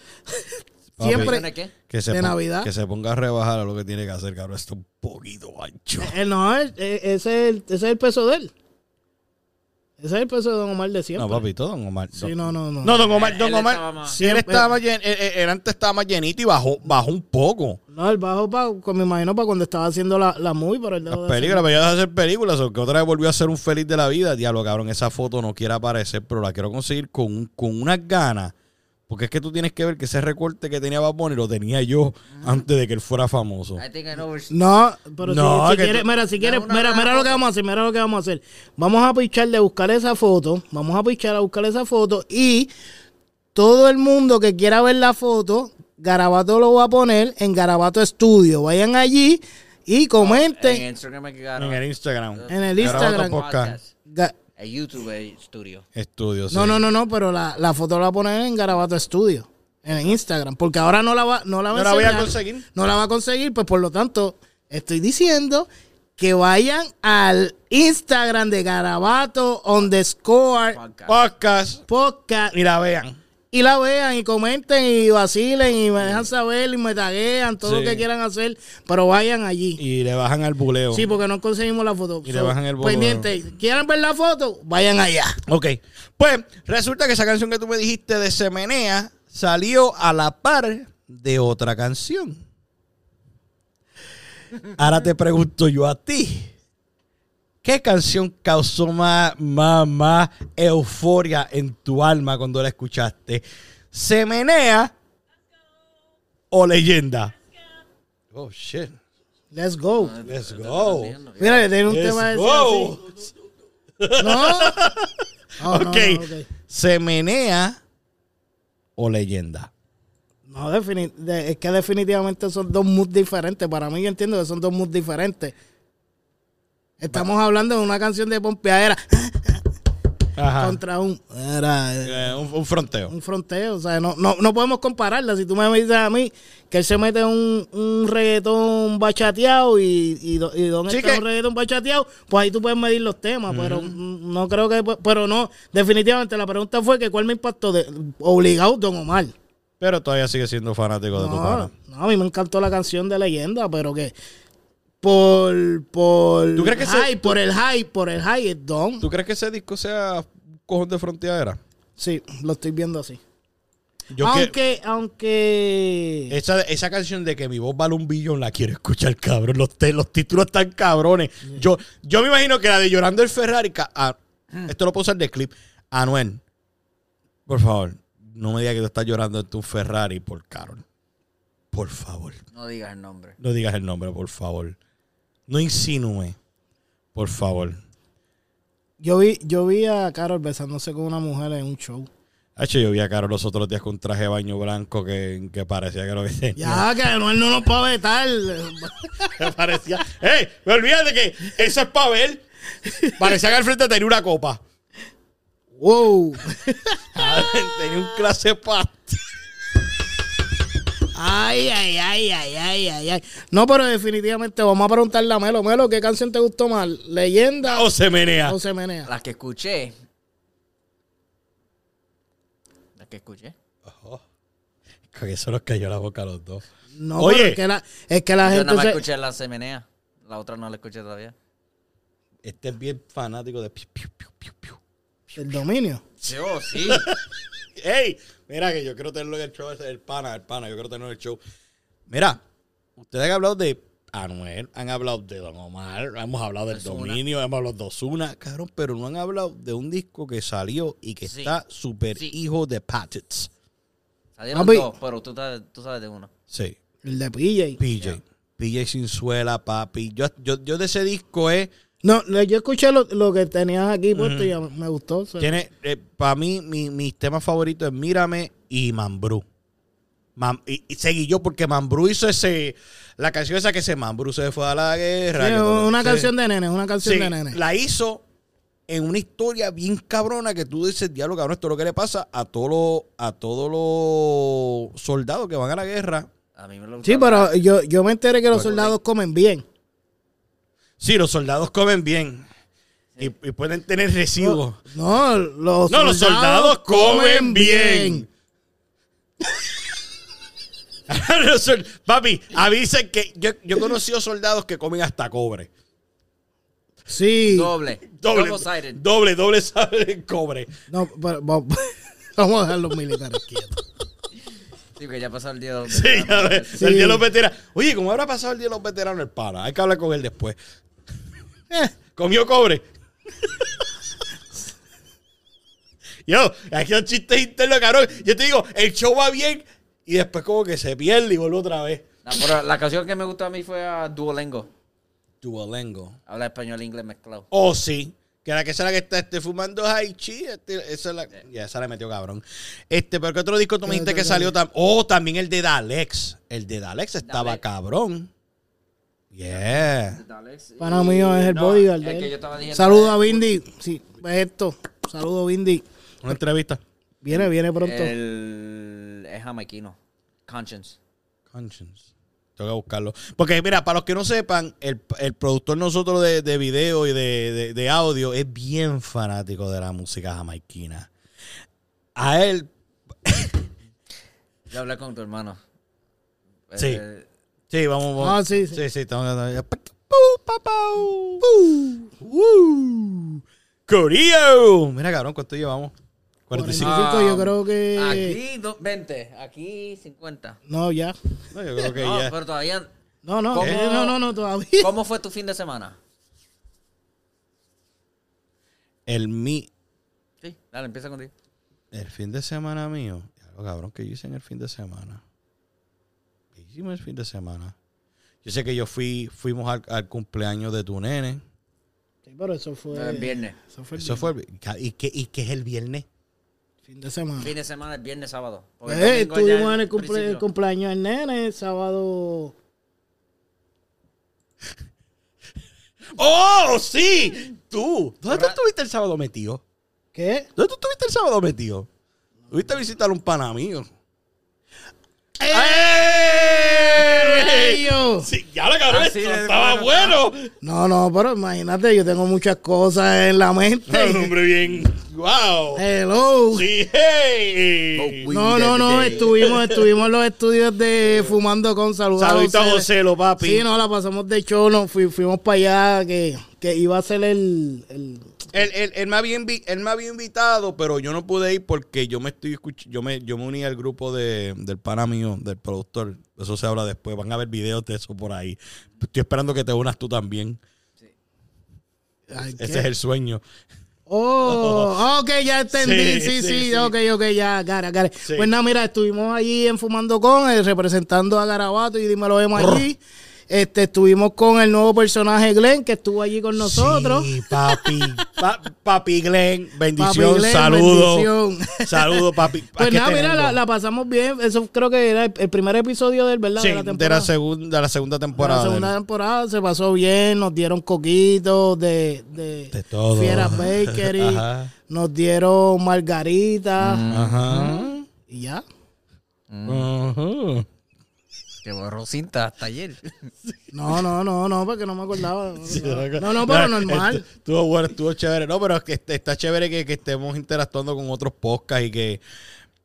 Speaker 1: Siempre.
Speaker 3: ¿Canciones qué?
Speaker 2: Que se,
Speaker 1: de
Speaker 2: pon-
Speaker 1: Navidad.
Speaker 2: que se ponga a rebajar a lo que tiene que hacer, cabrón. Esto es un poquito
Speaker 1: (laughs)
Speaker 2: ancho.
Speaker 1: Eh, no, eh, eh, ese es, el, ese es el peso de él. Ese es el peso de Don Omar de siempre.
Speaker 2: No, papito, Don Omar.
Speaker 1: Sí,
Speaker 2: don-
Speaker 1: no, no, no.
Speaker 2: No, Don Omar,
Speaker 3: Él-
Speaker 2: Don
Speaker 3: él
Speaker 2: Omar.
Speaker 3: estaba más-
Speaker 2: si él estaba más llen- él- él- él antes estaba más llenito y bajó, bajó un poco.
Speaker 1: No, el bajo, pa, con- me imagino, para cuando estaba haciendo la, la movie, pero él dejó
Speaker 2: Las
Speaker 1: de hacer-
Speaker 2: películas, pero ya dejó de hacer películas, o que otra vez volvió a ser un feliz de la vida. Diablo, cabrón, esa foto no quiere aparecer, pero la quiero conseguir con, un- con unas ganas. Porque es que tú tienes que ver que ese recorte que tenía Bad Bunny lo tenía yo antes de que él fuera famoso.
Speaker 3: I think I know which-
Speaker 1: No, pero si-
Speaker 2: No,
Speaker 1: si,
Speaker 2: que
Speaker 1: quieres,
Speaker 2: tú-
Speaker 1: mira, si quieres,
Speaker 3: No, una
Speaker 1: mira,
Speaker 3: buena
Speaker 1: mira lo que
Speaker 3: foto.
Speaker 1: vamos a hacer, mira lo que vamos a hacer. Vamos a pichar de buscar esa foto, vamos a pichar a buscar esa foto y todo el mundo que quiera ver la foto, Garabato lo va a poner en Garabato Studio. Vayan allí y
Speaker 3: En
Speaker 1: comenten
Speaker 3: Instagram hay que
Speaker 2: En
Speaker 3: ganar.
Speaker 2: el Instagram.
Speaker 1: en el
Speaker 2: Garabato
Speaker 1: Instagram.
Speaker 2: Podcast
Speaker 1: Ga-
Speaker 3: En YouTube eh, Studio.
Speaker 2: Studio. sí.
Speaker 1: No, no, no, no, pero la, la foto la va a poner en Garabato Studio, en Instagram, porque ahora no la va, no la va
Speaker 2: No la voy a
Speaker 1: enseñar.
Speaker 2: conseguir.
Speaker 1: no la va a conseguir, pues por lo tanto, estoy diciendo que vayan al Instagram de Garabato underscore
Speaker 3: Podcast.
Speaker 2: Podcast.
Speaker 1: podcast
Speaker 2: Y la vean.
Speaker 1: y la vean y comenten y vacilen y me dejan saber y me taguean todo
Speaker 2: Sí.
Speaker 1: lo que quieran hacer, pero vayan allí.
Speaker 2: Y le bajan al buleo.
Speaker 1: Sí, porque no conseguimos la foto.
Speaker 2: Y le bajan el bobo.
Speaker 1: Pendiente. ¿Quieren ver la foto? Vayan allá.
Speaker 2: Ok. Pues resulta que esa canción que tú me dijiste de Semenea salió a la par de otra canción. Ahora te pregunto yo a ti. ¿Qué canción causó más, más, más euforia en tu alma cuando la escuchaste? ¿Semenea o leyenda? Oh, shit.
Speaker 1: Let's go.
Speaker 2: Let's go.
Speaker 1: Mira, le tiene un
Speaker 2: Let's
Speaker 1: tema de ese
Speaker 2: go.
Speaker 1: así. No.
Speaker 2: (laughs)
Speaker 1: No,
Speaker 2: ok.
Speaker 1: no, no, ok.
Speaker 2: ¿Se menea o leyenda?
Speaker 1: No, defini- de- es que definitivamente son dos moods diferentes. Para mí yo entiendo que son dos moods diferentes. Estamos hablando de una canción de pompeadera
Speaker 2: (laughs) Ajá.
Speaker 1: contra un, era, eh,
Speaker 2: Eh, un, un fronteo.
Speaker 1: un fronteo. O sea, no, no, no podemos compararla. Si tú me dices a mí que él se mete un, un reggaetón bachateado y, y, do- y Don
Speaker 2: Sí
Speaker 1: está
Speaker 2: que-
Speaker 1: un reggaetón bachateado, pues ahí tú puedes medir los temas. Pero mm, no creo que... Pero no, definitivamente la pregunta fue que cuál me impactó de, obligado Don Omar.
Speaker 2: Pero todavía sigue siendo fanático de tu
Speaker 1: No,
Speaker 2: pana.
Speaker 1: no, a mí me encantó la canción de leyenda, pero que por por
Speaker 2: ¿Tú crees que se-
Speaker 1: hype, por el hype, por el hype es Don.
Speaker 2: ¿Tú crees que ese disco sea un cojón de fronteadera?
Speaker 1: Sí, lo estoy viendo así.
Speaker 2: Yo que- Eh.
Speaker 1: aunque aunque
Speaker 2: esa, esa canción de que mi voz vale un billón la quiero escuchar, cabrón. Los, te- los títulos están cabrones. Yo, yo me imagino que la de Llorando el Ferrari. ca- ah,
Speaker 1: Mm.
Speaker 2: esto lo puedo usar de clip. Anuel, por favor, no me digas que tú estás llorando en tu Ferrari por Carol. Por favor.
Speaker 3: No digas el nombre.
Speaker 2: No digas el nombre, por favor. No insinúe, por favor.
Speaker 1: yo vi yo vi a Carol besándose con una mujer en un show.
Speaker 2: Hacho, yo vi a Carol los otros días con un traje de baño blanco que, que parecía que lo que tenía.
Speaker 1: Ya que Anuel no nos puede vetar.
Speaker 2: Que (laughs) parecía. ¡Ey! Me olvídate que eso es para ver. Parecía que al frente tenía una copa.
Speaker 1: wow.
Speaker 2: (laughs) tenía un clase pastel.
Speaker 1: Ay, ay, ay, ay, ay, ay, ay. No, pero definitivamente vamos a preguntarle a Melo, Melo, ¿qué canción te gustó más? ¿Leyenda
Speaker 2: O se menea.
Speaker 1: o se menea?
Speaker 3: Las que escuché. Las que escuché.
Speaker 2: Con eso nos cayó la boca a los dos.
Speaker 1: No,
Speaker 2: Oye.
Speaker 1: pero es que la, es que la
Speaker 3: Yo
Speaker 1: gente
Speaker 3: nada más
Speaker 1: se-
Speaker 3: escuché la semenea. La otra no la escuché todavía.
Speaker 2: Este es bien fanático de. piu, piu, piu, piu, piu.
Speaker 1: el dominio.
Speaker 3: Sí, oh, sí.
Speaker 2: ¡Ey! Mira que yo quiero tenerlo en el show, ese es el pana, el pana, yo quiero tenerlo en el show. Mira, ustedes han hablado de Anuel, han hablado de Don Omar, hemos hablado del
Speaker 3: Ozuna.
Speaker 2: dominio, hemos hablado de Osuna, cabrón, pero no han hablado de un disco que salió y que
Speaker 3: Sí.
Speaker 2: está super
Speaker 3: Sí.
Speaker 2: hijo de Patits.
Speaker 3: (laughs) Salieron
Speaker 1: Papi.
Speaker 3: dos, pero tú sabes, tú sabes de uno.
Speaker 2: Sí.
Speaker 1: El de PJ.
Speaker 2: PJ. PJ Sinzuela, papi. Yo, yo, yo de ese disco eh, es
Speaker 1: No, no, yo escuché lo, lo que tenías aquí puesto y ya me- me gustó. o sea.
Speaker 2: Tiene, para mí, mi, mis temas favoritos es Mírame y Mambrú. Mam- y, y seguí yo porque Mambrú hizo ese. La canción esa que se Mambrú se fue a la guerra.
Speaker 1: Sí,
Speaker 2: que todo-
Speaker 1: una
Speaker 2: sí.
Speaker 1: canción de nene, una canción
Speaker 2: Sí,
Speaker 1: de nene.
Speaker 2: La hizo en una historia bien cabrona que tú dices, diablo, cabrón, esto es lo que le pasa a todos los, a todos los soldados que van a la guerra.
Speaker 3: A mí me lo
Speaker 1: Sí, pero yo, yo me enteré que los soldados comen bien.
Speaker 2: Sí, los soldados comen bien. Y, y pueden tener residuos.
Speaker 1: No, los,
Speaker 2: No, los soldados comen bien. (laughs) Los sol- Papi, avisen que yo, yo he conocido soldados que comen hasta cobre.
Speaker 1: Sí.
Speaker 3: Doble.
Speaker 2: Doble,
Speaker 3: Double-sided.
Speaker 2: doble, doble sabe de cobre.
Speaker 1: No, pero vamos, (laughs) vamos a dejar los militares
Speaker 2: (laughs)
Speaker 1: quietos.
Speaker 3: Sí, que ya pasó el día de los
Speaker 2: Sí, ya
Speaker 3: veteranos.
Speaker 2: ves,
Speaker 1: Sí.
Speaker 2: El día de los veteranos. Oye, ¿cómo habrá pasado el día de los veteranos el pana? Hay que hablar con él después. (laughs) Eh, Comió cobre. (laughs) Yo, aquí un chiste interno, cabrón. Yo te digo, el show va bien y después como que se pierde y vuelve otra vez.
Speaker 3: No, pero la canción que me gustó a mí fue a Duolingo.
Speaker 2: Duolingo.
Speaker 3: Habla español e inglés mezclado.
Speaker 2: Oh, sí. Que la que será que está este, fumando haichi. Este, esa la, ya, esa la metió cabrón. Este, pero ¿qué otro disco tú me dijiste que salió? tam- oh, también el de Dalex. El de Dalex estaba
Speaker 3: Dalex.
Speaker 2: cabrón. Yeah.
Speaker 1: Para mí es el bodyguard. de
Speaker 3: el que
Speaker 1: él.
Speaker 3: yo estaba diciendo-
Speaker 1: Saludo a Bindi. Sí, ve esto. Saludo Bindi.
Speaker 2: Una entrevista.
Speaker 1: Viene, viene pronto.
Speaker 3: Eh, El... Es jamaiquino. Conscience.
Speaker 2: Conscience. Tengo que buscarlo. Porque mira, para los que no sepan, el, el productor nosotros de, de video y de, de- de audio es bien fanático de la música jamaiquina. A él,
Speaker 3: Yo hablé con tu hermano.
Speaker 2: Sí.
Speaker 3: Eh,
Speaker 2: Sí, vamos. vamos.
Speaker 1: Ah, sí, sí.
Speaker 2: Sí, sí, estamos cantando. Pau, pau, pau. Uh. Corillo. Mira, cabrón, ¿cuánto llevamos? 45.
Speaker 1: 45, yo
Speaker 3: Ah,
Speaker 1: creo que.
Speaker 3: Aquí do- 20, aquí 50.
Speaker 1: No, ya.
Speaker 2: No, yo creo que
Speaker 3: No,
Speaker 2: ya.
Speaker 1: pues.
Speaker 3: pero todavía...
Speaker 1: No, no,
Speaker 3: ¿Cómo?
Speaker 1: eh, no, no, no, todavía.
Speaker 3: ¿Cómo fue tu fin de semana?
Speaker 2: El, mi,
Speaker 3: Sí, dale, empieza contigo.
Speaker 2: el fin de semana mío. Ya lo cabrón que yo hice en el fin de semana. ¿Qué hicimos el fin de semana? Yo sé que yo fui, fuimos al, al cumpleaños de tu nene.
Speaker 1: Sí, pero eso fue.
Speaker 3: El viernes.
Speaker 1: Eso fue el
Speaker 2: Eso fue. el- ¿Y qué, ¿Y qué es el viernes?
Speaker 1: fin de semana.
Speaker 3: Fin de semana, el viernes, sábado. Porque el
Speaker 1: Eh,
Speaker 3: domingo ya
Speaker 1: estuvimos en el, cumple-
Speaker 3: principio.
Speaker 1: el cumpleaños del nene, el sábado.
Speaker 2: ¡Oh, sí! Tú. ¿Dónde tú estuviste el sábado metido?
Speaker 1: ¿Qué?
Speaker 2: ¿Dónde tú estuviste el sábado metido? Tuviste a visitar a un pana mío.
Speaker 3: Eh.
Speaker 2: ¡Ey!
Speaker 1: Rayo.
Speaker 2: Sí, ya lo cabrón,
Speaker 3: Así
Speaker 2: esto
Speaker 3: de
Speaker 2: estaba
Speaker 3: bueno.
Speaker 2: bueno.
Speaker 1: No, no, pero imagínate, yo tengo muchas cosas en la
Speaker 2: No, un
Speaker 1: mente.
Speaker 2: hombre bien. ¡Wow!
Speaker 1: Hello.
Speaker 2: Sí, hey.
Speaker 1: No, no, no, estuvimos, estuvimos en los estudios de Fumando con Saludos.
Speaker 2: Saludito a Joselo, papi.
Speaker 1: Sí, no, la pasamos de chono, fui- fuimos para allá, que, que iba a ser el, el-
Speaker 2: Él, él- él me había invi- él me había invitado, pero yo no pude ir porque yo me estoy escuch- yo me, yo me uní al grupo de, del pana mío, del productor. Eso se habla después. Van a ver videos de eso por ahí. Estoy esperando que te unas tú también.
Speaker 1: ay, ¿qué?
Speaker 2: Ese es el sueño.
Speaker 1: Oh, ok, ya
Speaker 2: Sí,
Speaker 1: entendí. Sí, sí,
Speaker 2: sí, sí.
Speaker 1: ok, ok, ya, cara, cara.
Speaker 2: Sí.
Speaker 1: Pues nada, mira, estuvimos allí en Fumando con, eh, representando a Garabato y dímelo vemos allí. Este, estuvimos con el nuevo personaje Glenn, que estuvo allí con nosotros.
Speaker 2: Sí, papi. (laughs) Pa- papi Glenn,
Speaker 1: Papi
Speaker 2: bendición,
Speaker 1: Glenn,
Speaker 2: saludo. (laughs)
Speaker 1: bendición.
Speaker 2: Saludo, papi.
Speaker 1: Pues
Speaker 2: Aquí
Speaker 1: nada, mira,
Speaker 2: tenemos.
Speaker 1: la, la pasamos bien. Eso creo que era el, el primer episodio del, ¿verdad?
Speaker 2: Sí,
Speaker 1: de la
Speaker 2: de la
Speaker 1: temporada.
Speaker 2: segunda, la segunda
Speaker 1: De
Speaker 2: temporada.
Speaker 1: la segunda
Speaker 2: del-
Speaker 1: temporada se pasó bien, nos dieron coquitos de, de,
Speaker 2: De todo. (laughs)
Speaker 1: Fiera Bakery,
Speaker 2: Ajá.
Speaker 1: nos dieron margaritas
Speaker 2: Ajá.
Speaker 1: y ya. Mm.
Speaker 2: Ujú.
Speaker 3: Que borró cinta hasta ayer.
Speaker 1: No, no, no, no, porque no me acordaba.
Speaker 2: Sí,
Speaker 1: No, no, pero
Speaker 2: Mira,
Speaker 1: normal.
Speaker 2: est- Estuvo bueno, estuvo chévere. No, pero es que est- está chévere que, que estemos interactuando con otros podcasts y que,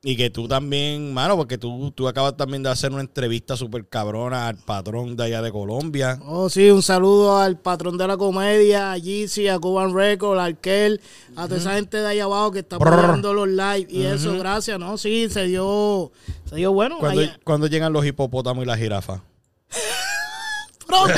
Speaker 2: y que tú también, mano, porque tú, tú acabas también de hacer una entrevista súper cabrona al patrón de allá de Colombia.
Speaker 1: Oh, sí, un saludo al patrón de la comedia, a Yeezy, a Cuban Record, a Arkel, a toda esa gente de allá abajo que está apoyando los live y eso, gracias, ¿no? Sí, se dio, se dio bueno.
Speaker 2: Cuando,
Speaker 1: allá-
Speaker 2: cuando llegan los hipopótamos y las jirafas.
Speaker 1: ¡Pronto!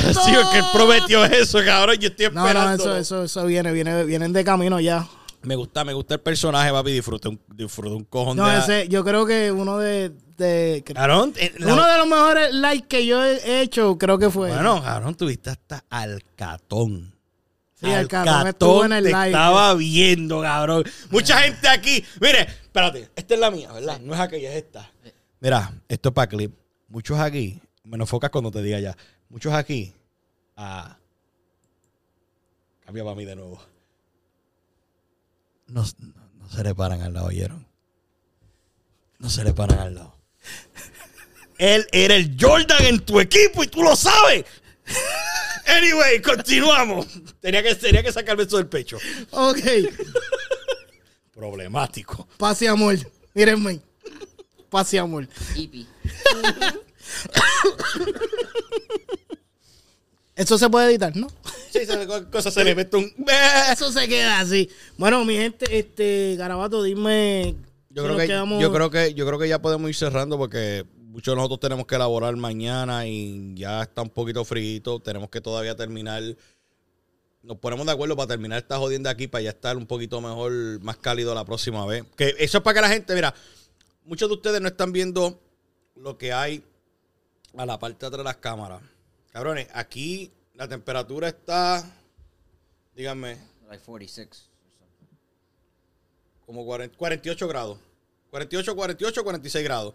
Speaker 2: (laughs) Sí, es que él prometió eso, cabrón. Yo estoy
Speaker 1: No,
Speaker 2: esperando.
Speaker 1: no, eso, eso, eso viene, viene, vienen de camino ya.
Speaker 2: Me gusta, me gusta el personaje, papi. Disfruté un, disfruté un cojón
Speaker 1: No,
Speaker 2: de.
Speaker 1: ese, yo creo que uno de, de- que-
Speaker 2: Cabrón, eh, la-
Speaker 1: uno de los mejores likes que yo he hecho, creo que fue.
Speaker 2: bueno, cabrón, tuviste hasta al catón.
Speaker 1: Sí, el
Speaker 2: Al
Speaker 1: cabrón estuvo en el
Speaker 2: te
Speaker 1: live.
Speaker 2: estaba viendo, cabrón. Mucha gente aquí. Mire, espérate. Esta es la mía, ¿verdad? No es aquella, es esta. Mira, esto es para clip. Muchos aquí, me enfocas cuando te diga ya. Muchos aquí. Ah. Cambia para mí de nuevo. No, no, no se le paran al lado, ¿oyeron? No se le paran al
Speaker 1: (laughs)
Speaker 2: lado. Él era el Jordan en tu equipo y tú lo sabes. Anyway, continuamos. Tenía que, tenía que sacarme eso del pecho.
Speaker 1: Ok,
Speaker 2: Problemático.
Speaker 1: pase amor. Mírenme. Pase amor.
Speaker 3: Hippie.
Speaker 1: Eso se puede editar, ¿no?
Speaker 2: Sí, esas cosas se le mete un...
Speaker 1: (laughs) Eso se queda así. Bueno, mi gente, este, Garabato, dime.
Speaker 2: Yo
Speaker 1: si
Speaker 2: creo,
Speaker 1: nos
Speaker 2: que,
Speaker 1: quedamos-
Speaker 2: yo, creo que, yo creo que ya podemos ir cerrando porque muchos de nosotros tenemos que elaborar mañana y ya está un poquito frito. Tenemos que todavía terminar. Nos ponemos de acuerdo para terminar esta jodienda aquí para ya estar un poquito mejor, más cálido la próxima vez. Que eso es para que la gente, mira, muchos de ustedes no están viendo lo que hay a la parte de atrás de las cámaras. Cabrones, aquí la temperatura está, díganme,
Speaker 3: Like 46.
Speaker 2: como 40 48 grados. 48, 48, 46 grados.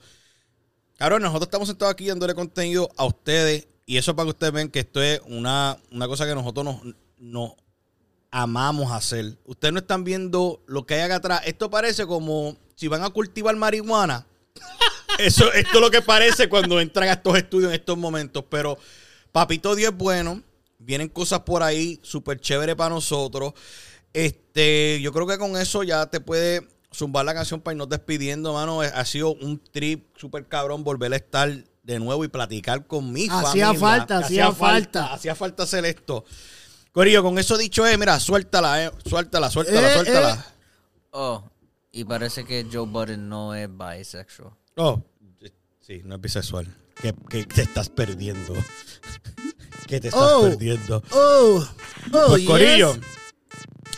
Speaker 2: Cabrón, nosotros estamos sentados aquí dándole contenido a ustedes. Y eso es para que ustedes vean que esto es una, una cosa que nosotros nos, nos amamos hacer. Ustedes no están viendo lo que hay acá atrás. Esto parece como si van a cultivar marihuana. (laughs) Eso, esto es lo que parece cuando entran a estos estudios en estos momentos. Pero Papito Dios es bueno. Vienen cosas por ahí súper chévere para nosotros. Este, yo creo que con eso ya te puede zumbar la canción para irnos despidiendo, mano. Ha sido un trip súper cabrón volver a estar de nuevo y platicar con mi
Speaker 1: Hacía
Speaker 2: familia.
Speaker 1: falta, hacía falta.
Speaker 2: Hacía falta hacer esto. Corillo, con eso dicho es, mira, suéltala, eh, suéltala, suéltala,
Speaker 1: Eh,
Speaker 2: suéltala.
Speaker 3: Oh, y parece que Joe Budden no es bisexual.
Speaker 2: Oh, sí, no es bisexual. Que, que te estás perdiendo. (laughs) que te estás
Speaker 1: Oh.
Speaker 2: perdiendo.
Speaker 1: Oh, oh,
Speaker 2: Pues
Speaker 1: yes.
Speaker 2: Corillo.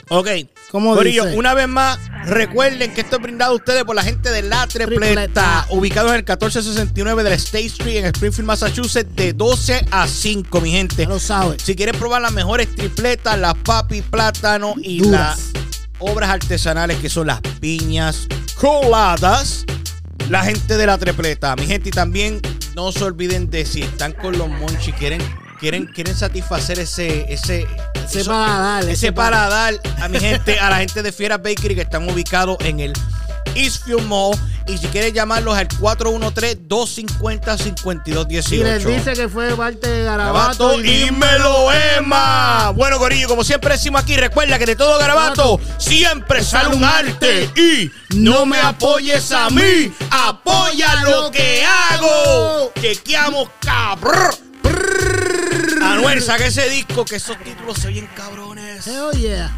Speaker 2: Ok.
Speaker 1: ¿Cómo
Speaker 2: Corillo,
Speaker 1: dice?
Speaker 2: una vez más, recuerden que esto es brindado a ustedes por la gente de La Tripleta,
Speaker 1: Tripleta.
Speaker 2: ubicados en el 1469 de la State Street en Springfield, Massachusetts, de 12 a 5, mi gente.
Speaker 1: Ya lo sabes.
Speaker 2: Si quieres probar las mejores tripletas, las papi plátano y
Speaker 1: Duras.
Speaker 2: las obras artesanales que son las piñas coladas, la gente de la tripleta. Mi gente, y también no se olviden de si están con los monchi, quieren, quieren, quieren satisfacer ese, ese,
Speaker 1: Ese
Speaker 2: eso-
Speaker 1: paladar, ese
Speaker 2: ese paladar a mi gente, a la gente de Fiera Bakery que están ubicados en el Eastfield Mall. Y si quieres llamarlos al 413-250-5218.
Speaker 1: Y les dice que fue parte de
Speaker 2: Garabato
Speaker 1: Garabato.
Speaker 2: y me lo ema. Bueno, Corillo, como siempre decimos aquí, recuerda que de todo Garabato siempre sale un arte. Y no me apoyes a mí, apoya lo que hago. Chequeamos, cabrón. Anuel, saca ese disco que esos títulos se oyen cabrones.
Speaker 1: Hell yeah.